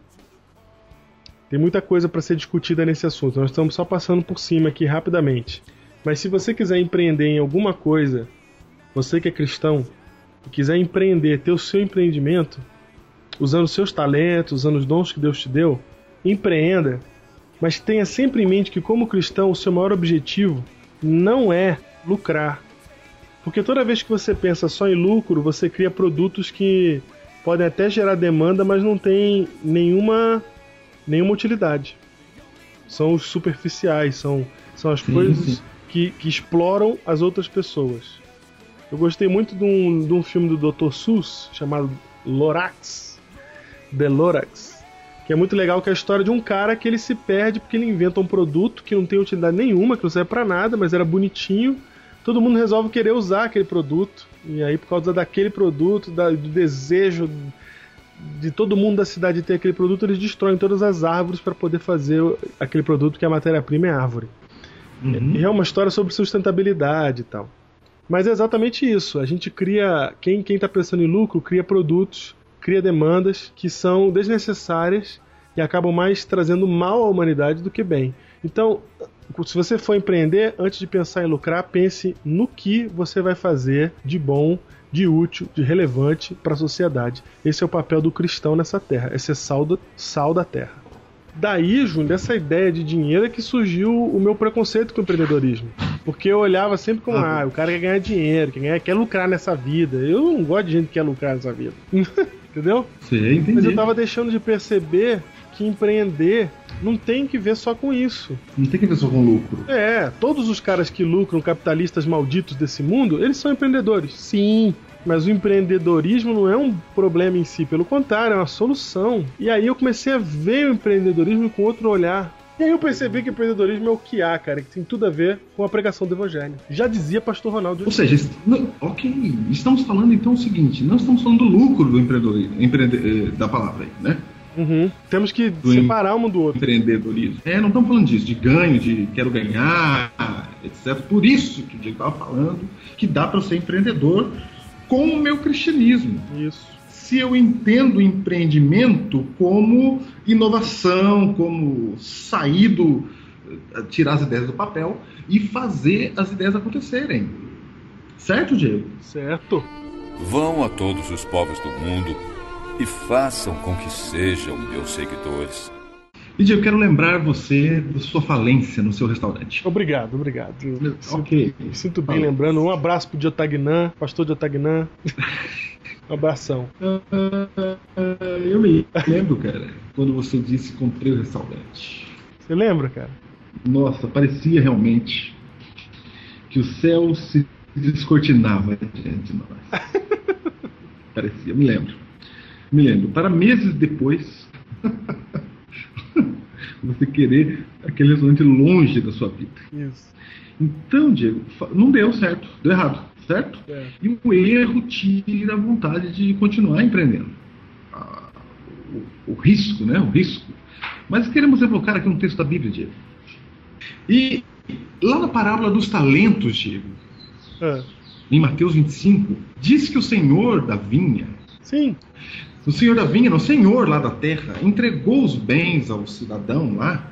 Tem muita coisa para ser discutida nesse assunto. Nós estamos só passando por cima aqui rapidamente. Mas se você quiser empreender em alguma coisa, você que é cristão e quiser empreender, ter o seu empreendimento, usando os seus talentos, usando os dons que Deus te deu, empreenda, mas tenha sempre em mente que, como cristão, o seu maior objetivo não é lucrar. Porque toda vez que você pensa só em lucro, você cria produtos que podem até gerar demanda, mas não tem nenhuma, nenhuma utilidade. São os superficiais, são, são as
Sim,
coisas
sim.
que, que exploram as outras pessoas. Eu gostei muito de um, de um filme do Dr. Seuss chamado Lorax. The Lorax. Que é muito legal, que é a história de um cara que ele se perde porque ele inventa um produto que não tem utilidade nenhuma, que não serve pra nada, mas era bonitinho. Todo mundo resolve querer usar aquele produto. E aí, por causa daquele produto, da- do desejo de todo mundo da cidade ter aquele produto, eles destroem todas as árvores para poder fazer o- aquele produto que a matéria-prima é árvore.
Uhum.
E é uma história sobre sustentabilidade e tal. Mas é exatamente isso. A gente cria. Quem está pensando em lucro cria produtos, cria demandas que são desnecessárias e acabam mais trazendo mal à humanidade do que bem. Então, se você for empreender, antes de pensar em lucrar, pense no que você vai fazer de bom, de útil, de relevante para a sociedade. Esse é o papel do cristão nessa terra: é ser sal, do- sal da terra. Daí, Júnior, dessa ideia de dinheiro é que surgiu o meu preconceito com o empreendedorismo. Porque eu olhava sempre como, ah, o cara quer ganhar dinheiro, quer, ganhar- quer lucrar nessa vida. Eu não gosto de gente que quer lucrar nessa vida. *laughs* Entendeu?
Você entendeu.
Mas eu tava deixando de perceber que empreender não tem que ver só com isso.
Não tem que ver só com lucro.
É, todos os caras que lucram, capitalistas malditos desse mundo, eles são empreendedores. Sim. Mas o empreendedorismo não é um problema em si, pelo contrário, é uma solução. E aí eu comecei a ver o empreendedorismo com outro olhar. E aí eu percebi que empreendedorismo é o que há, cara, que tem tudo a ver com a pregação do evangelho. Já dizia pastor Ronaldo.
Ou seja, est- não- ok, estamos falando então o seguinte: não estamos falando do lucro do empreendedorismo, empreende- eh, da palavra aí, né?
Uhum. Temos que
Do em-
separar um do outro.
Empreendedorismo. É, não estamos falando disso, de ganho, de quero ganhar, etc. Por isso que o Diego estava falando que dá para ser empreendedor com o meu cristianismo.
Isso.
se eu entendo empreendimento como inovação, como sair do. eh, tirar as ideias do papel e fazer as ideias acontecerem. Certo, Diego?
Certo.
Vão a todos os povos do mundo e façam com que sejam meus seguidores.
E Diego, quero lembrar você da sua falência no seu restaurante.
Obrigado, obrigado. Eu
Ok.
sinto- Me sinto bem
Falou.
lembrando. Um abraço pro Diotagnan, pastor *laughs* Diotagnan. Um abração.
Ah, eu me lembro, cara, quando você disse comprei o restaurante.
Você lembra, cara?
Nossa, parecia realmente que o céu se descortinava diante de nós. parecia, me lembro. Me lembro. Para meses depois, *laughs* você querer aquele restaurante longe da sua vida.
Isso.
Então, Diego, fa- não deu certo, deu errado, certo?
É.
E o erro tira a vontade de continuar empreendendo. Ah, o, o risco, né? O risco. Mas queremos evocar aqui um texto da Bíblia, Diego. E lá na parábola dos talentos, Diego,
Ah,
em Mateus 25, diz que o Senhor da vinha,
Sim.
o Senhor da vinha, não, o Senhor lá da terra, entregou os bens ao cidadão lá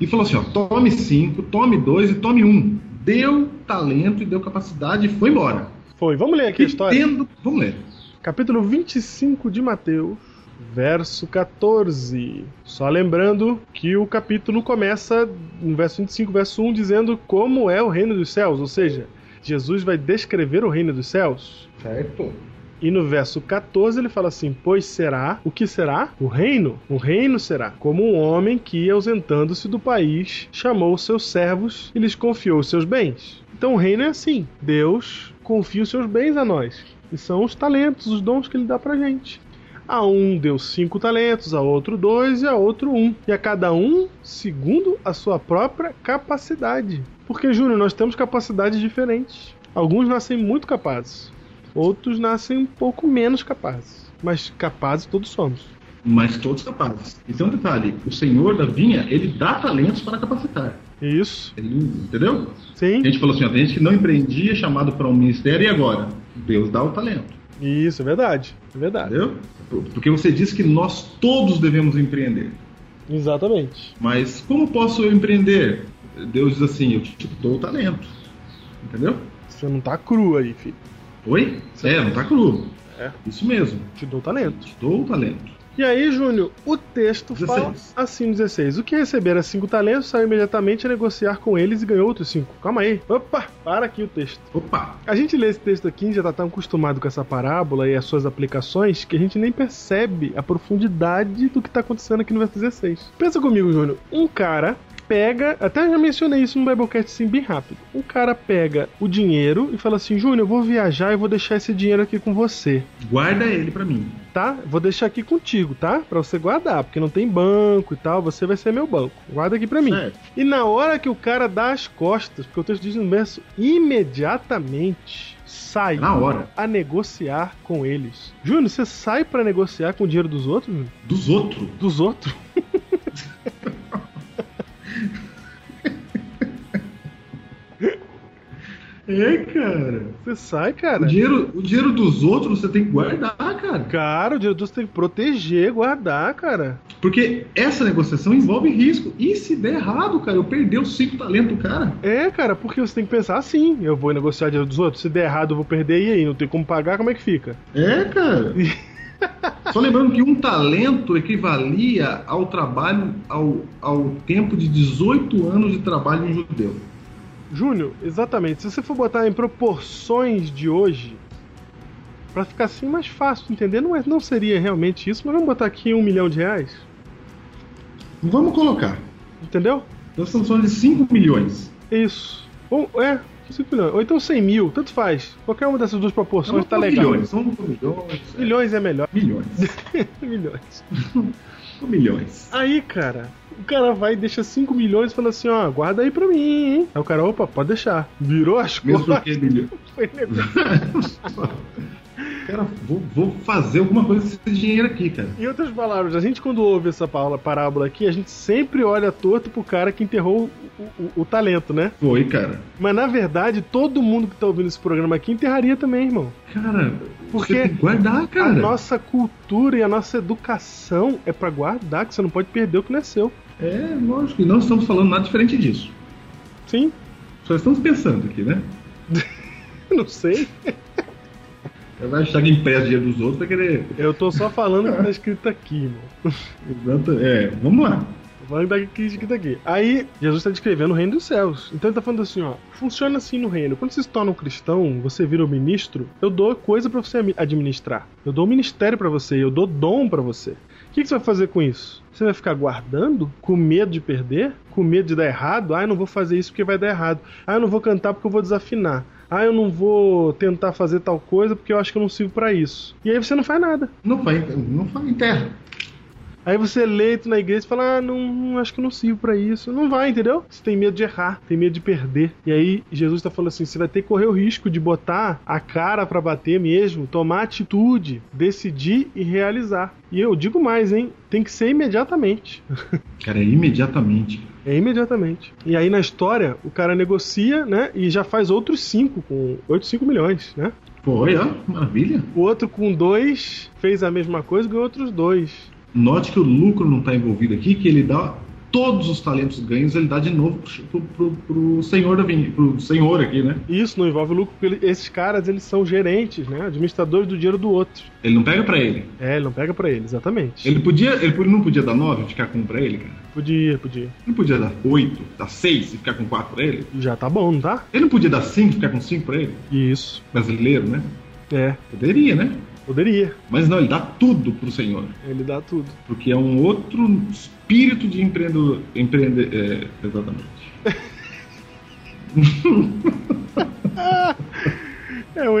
e falou assim: ó, tome cinco, tome dois e tome um. Deu talento e deu capacidade e foi embora.
Foi. Vamos ler aqui a história.
Entendo. Vamos ler.
Capítulo 25 de Mateus, verso 14. Só lembrando que o capítulo começa no verso 25, verso 1, dizendo como é o reino dos céus, ou seja, Jesus vai descrever o reino dos céus.
Certo.
E no verso 14 ele fala assim: Pois será? O que será? O reino? O reino será. Como um homem que, ausentando-se do país, chamou os seus servos e lhes confiou os seus bens. Então o reino é assim: Deus confia os seus bens a nós. E são os talentos, os dons que ele dá pra gente. A um deu cinco talentos, a outro dois e a outro um. E a cada um segundo a sua própria capacidade. Porque, Júnior, nós temos capacidades diferentes. Alguns nascem muito capazes. Outros nascem um pouco menos capazes. Mas capazes todos somos.
Mas todos capazes. E tem um detalhe: o Senhor da vinha, ele dá talentos para capacitar.
Isso.
Ele, entendeu? A
Sim.
gente falou assim: ó, tem gente que não empreendia, é chamado para um ministério, e agora? Deus dá o talento.
Isso, é verdade. É verdade.
Entendeu? Porque você disse que nós todos devemos empreender.
Exatamente.
Mas como posso eu empreender? Deus diz assim: eu te dou o talento. Entendeu?
Você não tá cru aí, filho.
Oi? É, não tá cru.
É.
Isso mesmo.
Te dou talento.
Te dou o talento.
E aí, Júnior, o texto fala
16.
assim: 16. O que recebera cinco talentos saiu imediatamente a negociar com eles e ganhou outros cinco. Calma aí. Opa, para aqui o texto.
Opa!
A gente lê esse texto aqui, já tá tão acostumado com essa parábola e as suas aplicações, que a gente nem percebe a profundidade do que tá acontecendo aqui no verso 16. Pensa comigo, Júnior. Um cara pega, até já mencionei isso no Biblecast assim bem rápido. Um cara pega o dinheiro e fala assim: "Júnior, eu vou viajar e vou deixar esse dinheiro aqui com você"
Guarda ele pra mim.
tá? Vou deixar aqui contigo, tá? Pra você guardar, porque não tem banco e tal, você vai ser meu banco. Guarda aqui pra mim.
Certo.
E na hora que o cara dá as costas, porque o texto diz no verso, imediatamente sai
É Na hora.
a negociar com eles. Júnior, você sai pra negociar com o dinheiro dos outros? Júnior?
Dos outros.
Dos outros? *laughs*
É, cara.
Você sai, cara.
O dinheiro, o dinheiro dos outros você tem que guardar, cara.
Cara, o dinheiro dos outros tem que proteger, guardar, cara.
Porque essa negociação envolve risco. E se der errado, cara, eu perder os cinco talentos do cara.
É, cara, porque você tem que pensar assim, eu vou negociar o dinheiro dos outros, se der errado eu vou perder, e aí? Não tem como pagar, como é que fica?
É, cara. *laughs* Só lembrando que um talento equivalia ao trabalho, ao, ao tempo de 18 anos de trabalho de um judeu.
Júnior, exatamente. Se você for botar em proporções de hoje, pra ficar assim mais fácil de entender, não, é, não seria realmente isso, mas vamos botar aqui um milhão de reais,
Vamos colocar.
entendeu?
Nós estamos falando de 5 milhões.
É Isso. Ou, é, 5 milhões. Ou então 100 mil, tanto faz. Qualquer uma dessas duas proporções
Vamos
tá
por
legal. é
milhões. Vamos por milhões.
*laughs* Milhões é melhor.
Milhões.
milhões.
milhões.
Aí, cara, o cara vai e deixa 5 milhões e fala assim, ó, guarda aí pra mim, hein? Aí o cara, opa, pode deixar. Virou as
Mesmo
costas.
porque milhões.
*laughs* foi negócio.
Cara, vou, vou fazer alguma coisa com esse dinheiro aqui, cara.
Em outras palavras, a gente quando ouve essa paula- parábola aqui, a gente sempre olha torto pro cara que enterrou o, o- o talento, né?
Foi, cara.
Mas na verdade, todo mundo que tá ouvindo esse programa aqui enterraria também, irmão.
Cara,
Porque
você tem que guardar,
A
cara.
nossa cultura e a nossa educação é pra guardar, que você não pode perder o que não é seu.
É, lógico, e não estamos falando nada diferente disso.
Sim?
Só estamos pensando aqui, né?
Não sei.
Vai achar que empresta dinheiro dos outros, vai querer.
Eu tô só falando o que tá escrito aqui, irmão.
Exato, é, vamos lá.
Vamos dar crítica daqui. tá Aí, Jesus está descrevendo o reino dos céus. Então ele tá falando assim, ó. Funciona assim no reino. Quando você se torna um cristão, você vira um ministro, eu dou coisa para você ami- administrar. Eu dou um ministério para você, eu dou dom para você. O que, que você vai fazer com isso? Você vai ficar guardando? Com medo de perder? Com medo de dar errado? Ah, eu não vou fazer isso porque vai dar errado. Ah, eu não vou cantar porque eu vou desafinar. Ah, eu não vou tentar fazer tal coisa porque eu acho que eu não sirvo para isso. E aí você não faz nada.
Não vai, não vai em terra.
Aí você é eleito na igreja e fala: Ah, não, não, acho que eu não sirvo pra isso. Não vai, entendeu? Você tem medo de errar, tem medo de perder. E aí Jesus tá falando assim: você vai ter que correr o risco de botar a cara pra bater mesmo, tomar atitude, decidir e realizar. E eu digo mais, hein? Tem que ser imediatamente. *laughs*
Cara, é imediatamente.
É imediatamente. E aí na história, o cara negocia, né? E já faz outros cinco, com 8, 5 milhões, né?
Foi, ó, maravilha.
O outro com dois fez a mesma coisa, ganhou outros dois.
Note que o lucro não está envolvido aqui, que ele dá todos os talentos ganhos, ele dá de novo pro, pro, pro senhor da vinha, pro senhor aqui, né?
Isso não envolve lucro, porque ele- esses caras eles são gerentes, né? Administradores do dinheiro do outro.
Ele não pega pra ele.
É, ele não pega pra ele, exatamente.
Ele podia, ele po- não podia dar nove e ficar com um pra ele, cara.
Podia, podia.
Ele não podia dar oito, dar seis e ficar com quatro pra ele.
Já tá bom, não tá?
Ele não podia dar cinco e ficar com cinco pra ele.
Isso.
Brasileiro, né?
É,
Poderia, né?
poderia.
Mas não, ele dá tudo pro senhor.
Ele dá tudo.
Porque é um outro espírito de empreendedor. Empreende, é, exatamente.
É o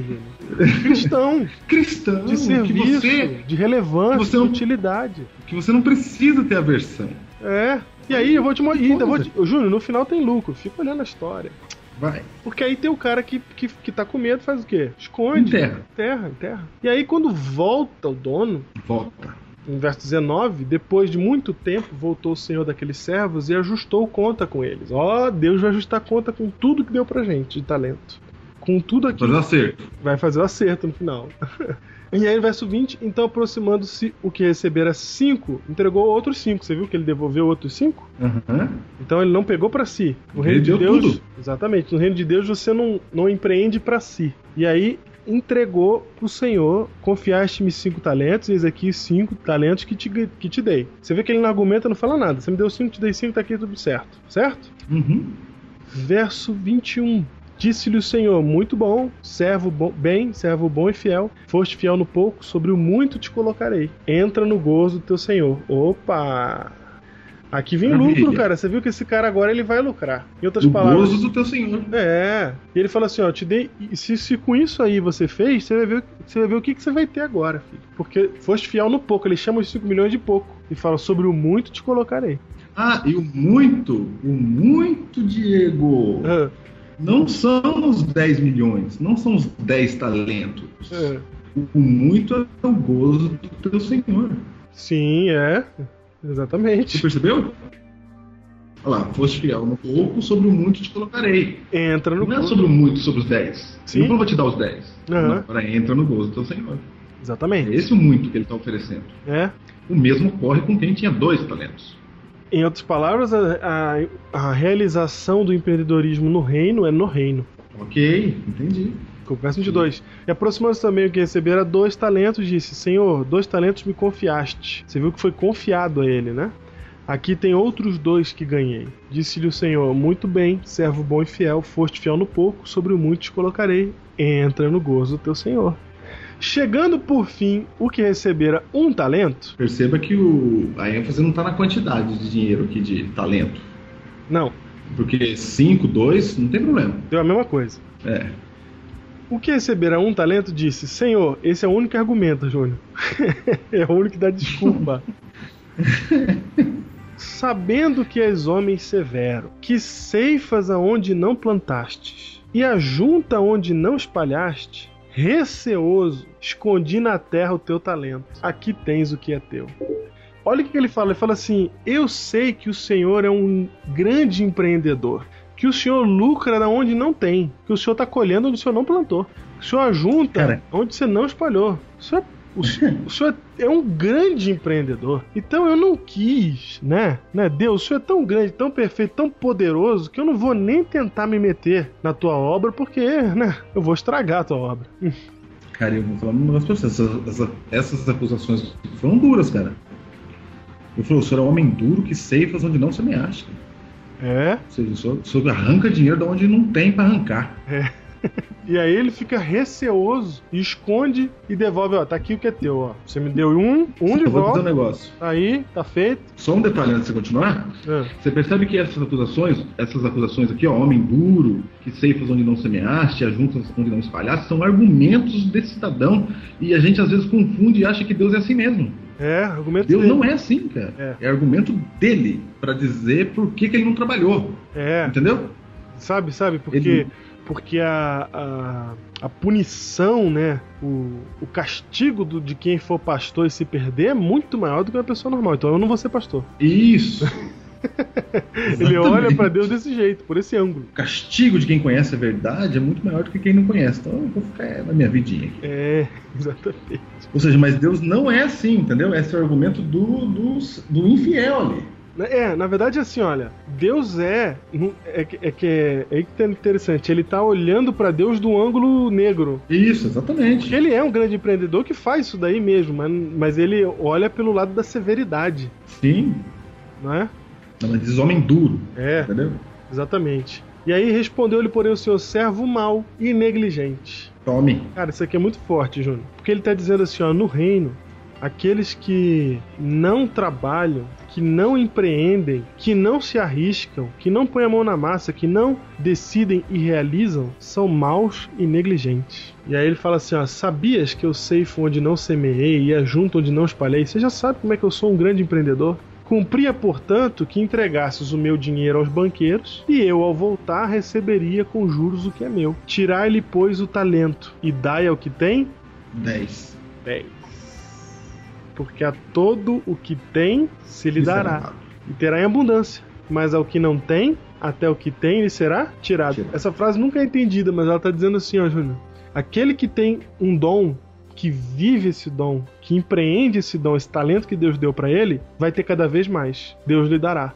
*laughs*
Júnior. Cristão,
Cristão,
de serviço,
que você
de relevância,
você não-
de utilidade.
que você não precisa ter aversão.
É. E aí eu vou te mostrar. ainda vou te... Ô, Júnior, no final tem lucro. Fica olhando a história.
Vai.
Porque aí tem o cara que, que, que tá com medo, faz o quê? Esconde.
Enterra.
Enterra, enterra. E aí quando volta o dono,
Volta.
No verso 19, depois de muito tempo, voltou o senhor daqueles servos e ajustou conta com eles. Ó, Deus vai ajustar conta com tudo que deu pra gente de talento. Com tudo aqui,
Mas acerto.
vai fazer o acerto no final. *laughs* e aí, no verso 20, então aproximando-se o que recebera cinco, entregou outros cinco. Você viu que ele devolveu outros cinco?
Aham.
Então ele não pegou pra si. No
Ele
reino de
deu
Deus,
tudo.
exatamente. No reino de Deus você não, não empreende pra si. E aí entregou pro Senhor, confiaste-me cinco talentos, eis aqui cinco talentos que te, que te dei. Você vê que ele não argumenta, não fala nada. Você me deu cinco, te dei cinco, tá aqui tudo certo. Certo?
Uhum.
Verso 21. Disse-lhe o Senhor, muito bom, servo bom, bem, servo bom e fiel. Foste fiel no pouco, sobre o muito te colocarei. Entra no gozo do teu Senhor. Opa! Aqui vem o
Maravilha.
lucro, cara. Você viu que esse cara agora ele vai lucrar. Em outras
Do
Então, palavras.
gozo do teu senhor.
É. E ele fala assim, ó, te dei. e Se, se com isso aí você fez, você vai ver, você vai ver o que, que você vai ter agora, filho. Porque foste fiel no pouco. Ele chama os 5 milhões de pouco. E fala, sobre o muito te colocarei.
Ah, e o muito, o muito, Diego,
Ah,
não são os 10 milhões, não são os 10 talentos.
ah.
O muito é o gozo do teu senhor.
Sim, é.
Você
Exatamente.
percebeu? Olha lá, foste fiel no pouco, sobre o muito te colocarei.
Entra no
Não é
gozo.
sobre o muito, sobre os 10.
Sim.
Eu não vou te dar os 10.
Aham.
Não, Agora entra no gozo do teu senhor. É
Exatamente.
esse o muito que ele está oferecendo.
É.
O mesmo ocorre com quem tinha dois talentos.
Em outras palavras, a, a, a realização do empreendedorismo no reino é no reino.
Ok, entendi.
Com o Verso 22. E aproximando-se também o que recebera dois talentos, disse: Senhor, dois talentos me confiaste. Você viu que foi confiado a ele, né? Aqui tem outros dois que ganhei. Disse-lhe o Senhor: Muito bem, servo bom e fiel, foste fiel no pouco, sobre o muito te colocarei. Entra no gozo do teu Senhor. Chegando por fim o que recebera um talento,
Perceba que o, a ênfase não está na quantidade de dinheiro aqui de talento.
não,
Porque 5, 2, não tem problema. *laughs*
deu a mesma coisa.
É.
O que receberá um talento disse: Senhor, esse é o único argumento, Júnior. *laughs* é o único que dá desculpa. Sabendo que és homem severo, que ceifas aonde não plantastes, e ajunta onde não espalhaste, receoso, escondi na terra o teu talento. Aqui tens o que é teu. Olha o que ele fala: ele fala assim, eu sei que o Senhor é um grande empreendedor que o senhor lucra da onde não tem, que o senhor está colhendo onde o senhor não plantou, que o senhor ajunta
Cara.
onde você não espalhou. O senhor, é o senhor- o senhor é um grande empreendedor. Então eu não quis, né? né? Deus, o senhor é tão grande, tão perfeito, tão poderoso que eu não vou nem tentar me meter na tua obra porque, né? Eu vou estragar a tua obra.
Cara, eu vou falar um negócio pra você. Essas, essa- essas acusações foram duras, cara. Eu falei, o senhor é um homem duro que ceifas onde não semeaste. Cara.
É.
Ou seja, o senhor, o senhor arranca dinheiro de onde não tem pra arrancar.
E aí ele fica receoso, esconde e devolve. Ó, tá aqui o que é teu, ó. Você me deu um, um de
eu vou dizer um
volta.
negócio.
Tá aí, tá feito.
Só um detalhe antes de você continuar.
É.
Você percebe que essas acusações, essas acusações aqui, ó, homem duro, que ceifas onde não semeaste, ajuntas onde não espalhaste, são argumentos desse cidadão. E a gente às vezes confunde e acha que Deus é assim mesmo.
É, argumento
Deus
dele.
não é assim, cara.
É.
É, argumento dele pra dizer por que, que ele não trabalhou.
É,
Entendeu?
sabe, sabe? Porque,
Ele-
porque a, a, a punição, né? O, o castigo do, de quem for pastor e se perder é muito maior do que uma pessoa normal. Então eu não vou ser pastor.
Isso.
*laughs* Ele olha
Exatamente.
pra Deus desse jeito, por esse ângulo.
O castigo de quem conhece a verdade é muito maior do que quem não conhece. Então eu vou ficar na minha vidinha aqui.
É, *laughs* exatamente.
Ou seja, mas Deus não é assim, entendeu? Esse é o argumento do, do, do infiel ali.
Na- É, na verdade, assim, olha, Deus é. não- É que é, que é, é aí que tá interessante. Ele tá olhando pra Deus do ângulo negro.
Isso, exatamente.
Porque ele é um grande empreendedor que faz isso daí mesmo, mas, mas ele olha pelo lado da severidade,
Sim.
não é?
Ela diz homem duro,
É.
entendeu?
Exatamente. E aí respondeu-lhe, porém, o senhor servo mau e negligente.
Tome.
Cara, isso aqui é muito forte, Júnior. Porque ele tá dizendo assim, ó, no reino, aqueles que não trabalham, que não empreendem, que não se arriscam, que não põem a mão na massa, que não decidem e realizam, são maus e negligentes. E aí ele fala assim, ó, sabias que eu ceifo onde não semeei e ajunto onde não espalhei? Você já sabe como é que eu sou um grande empreendedor? Cumpria, portanto, que entregasses o meu dinheiro aos banqueiros, e eu, ao voltar, receberia com juros o que é meu. Tirai-lhe, pois, o talento, e dai ao que tem
10.
dez. Porque a todo o que tem se lhe dará, e terá em abundância. Mas ao que não tem, até o que tem, ele será tirado.
Tirado.
Essa frase nunca é entendida, mas ela está dizendo assim, ó, Júnior. Aquele que tem um dom, que vive esse dom, que empreende esse dom, esse talento que Deus deu para ele, vai ter cada vez mais. Deus lhe dará.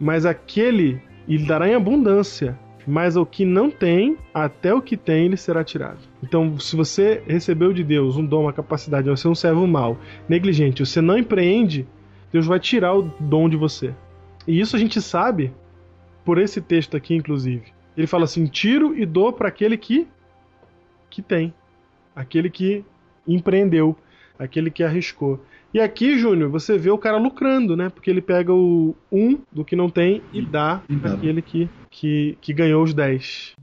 Mas aquele, ele dará em abundância. Mas o que não tem, até o que tem, ele será tirado. Então, se você recebeu de Deus um dom, uma capacidade, você é um servo mau, negligente, você não empreende, Deus vai tirar o dom de você. E isso a gente sabe por esse texto aqui, inclusive. Ele fala assim: tiro e dou para aquele que que tem, aquele que empreendeu, aquele que arriscou. E aqui, Júnior, você vê o cara lucrando, né? Porque ele pega o um do que não tem e dá
E dá.
para aquele que, que, que ganhou os 10.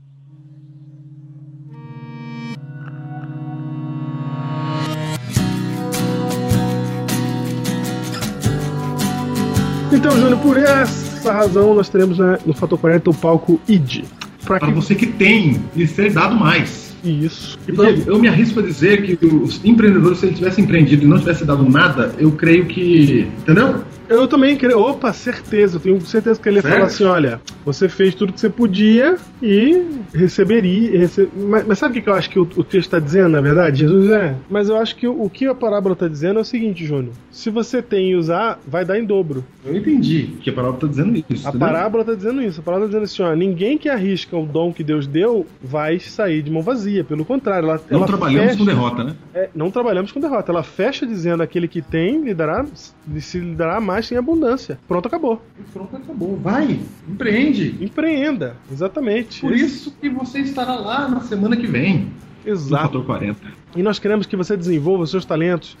Então, Júnior, por essa razão, nós teremos né, no Fator 40 o palco ID. Pra
Para
que
você que tem e ser dado mais.
isso.
E Diego, eu me arrisco a dizer que os empreendedores, se eles tivessem empreendido e não tivessem dado nada, eu creio que. Entendeu?
Eu também queria. Opa, certeza. Eu tenho certeza que ele ia
Sério?
falar assim: olha, você fez tudo que você podia e receberia. rece- Mas, mas sabe o que que eu acho que o, o texto está dizendo, na verdade, Jesus? É. Mas eu acho que o, o que a parábola está dizendo é o seguinte, Júnior: se você tem e usar, vai dar em dobro.
Eu entendi que a parábola está dizendo isso. né?
A
entendeu?
parábola está dizendo isso. A parábola está dizendo assim: ó, ninguém que arrisca o dom que Deus deu vai sair de mão vazia. Pelo contrário, ela,
Não
ela
trabalhamos
fecha-
com derrota, né?
é, não trabalhamos com derrota. Ela fecha dizendo aquele que tem lhe dará, se lhe dará mais em abundância. Pronto, acabou.
Pronto, acabou. Vai, empreende.
Empreenda, exatamente.
Por isso que você estará lá na semana que vem. no
Exato.
Fator 40.
E nós queremos que você desenvolva os seus talentos,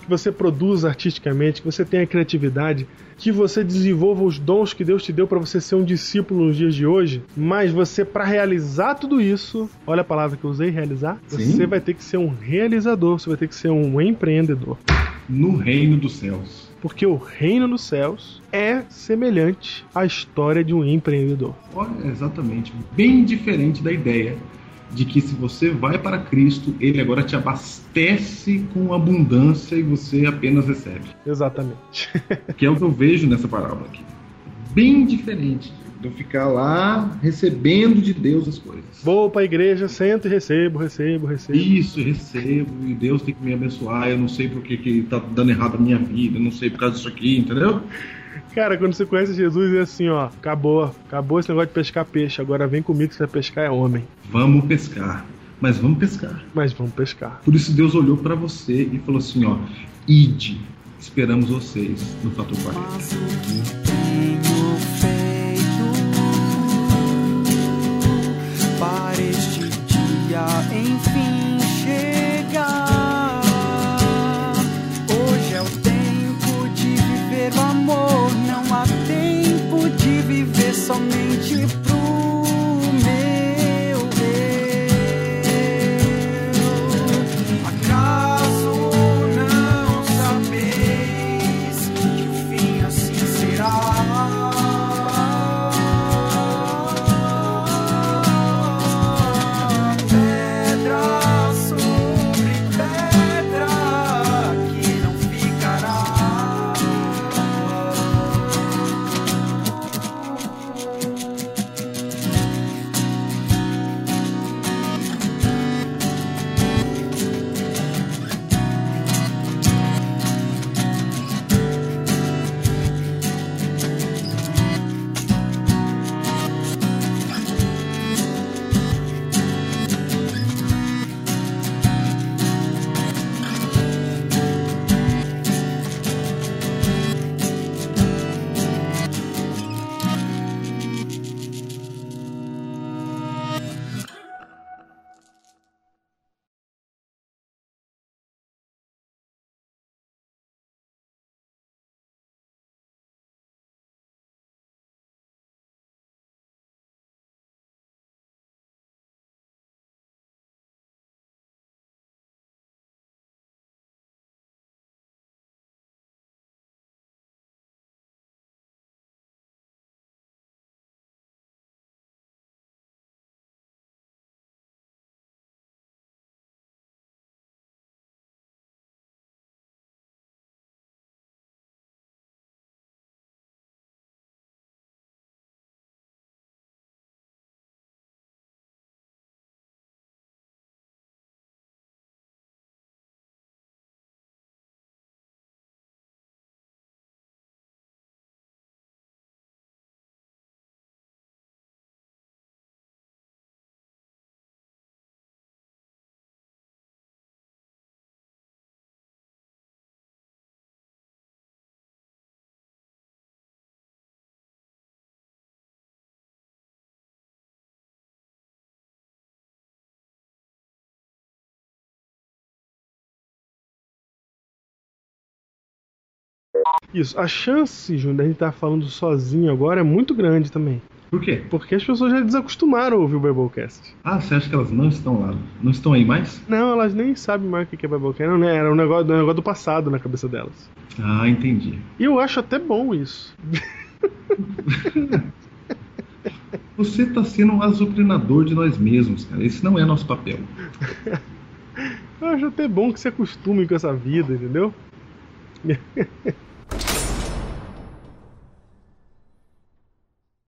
que você produza artisticamente, que você tenha criatividade, que você desenvolva os dons que Deus te deu para você ser um discípulo nos dias de hoje, mas você para realizar tudo isso, olha a palavra que eu usei, realizar,
Sim.
você vai ter que ser um realizador, você vai ter que ser um empreendedor,
no reino dos céus.
porque o reino dos céus é semelhante à história de um empreendedor.
Olha, exatamente, bem diferente da ideia de que se você vai para Cristo, ele agora te abastece com abundância e você apenas recebe.
Exatamente. *laughs*
Que é o que eu vejo nessa parábola aqui. Bem diferente de eu ficar lá recebendo de Deus as coisas.
Vou para a igreja, sento e recebo, recebo, recebo.
Isso, recebo, e Deus tem que me abençoar, eu não sei por que que tá dando errado a minha vida, eu não sei por causa disso aqui, entendeu?
Cara, quando você conhece Jesus é assim, ó, acabou, acabou esse negócio de pescar peixe, agora vem comigo que você vai pescar é homem.
Vamos pescar, mas vamos pescar.
Mas vamos pescar.
Por isso Deus olhou para você e falou assim, ó, ide, esperamos vocês no Fator 40.
Mas o que tenho feito para este dia enfim chegar? Hoje é o tempo de viver o amor, não há tempo de viver somente pro meu eu. Acaso não sabeis que o fim assim será? Pedra sobre pedra que não ficará.
Isso. A chance, Júnior, da gente estar falando sozinho agora é muito grande também.
Por quê?
Porque as pessoas já desacostumaram a ouvir o Biblecast.
Ah, você acha que elas não estão lá? Não estão aí mais?
Não, elas nem sabem mais o que é Biblecast, né? Era um negócio, um negócio do passado na cabeça delas.
Ah, entendi.
E eu acho até bom isso.
Você está sendo um azuplinador de nós mesmos, cara. Esse não é nosso papel.
Eu acho até bom que se acostume com essa vida, entendeu?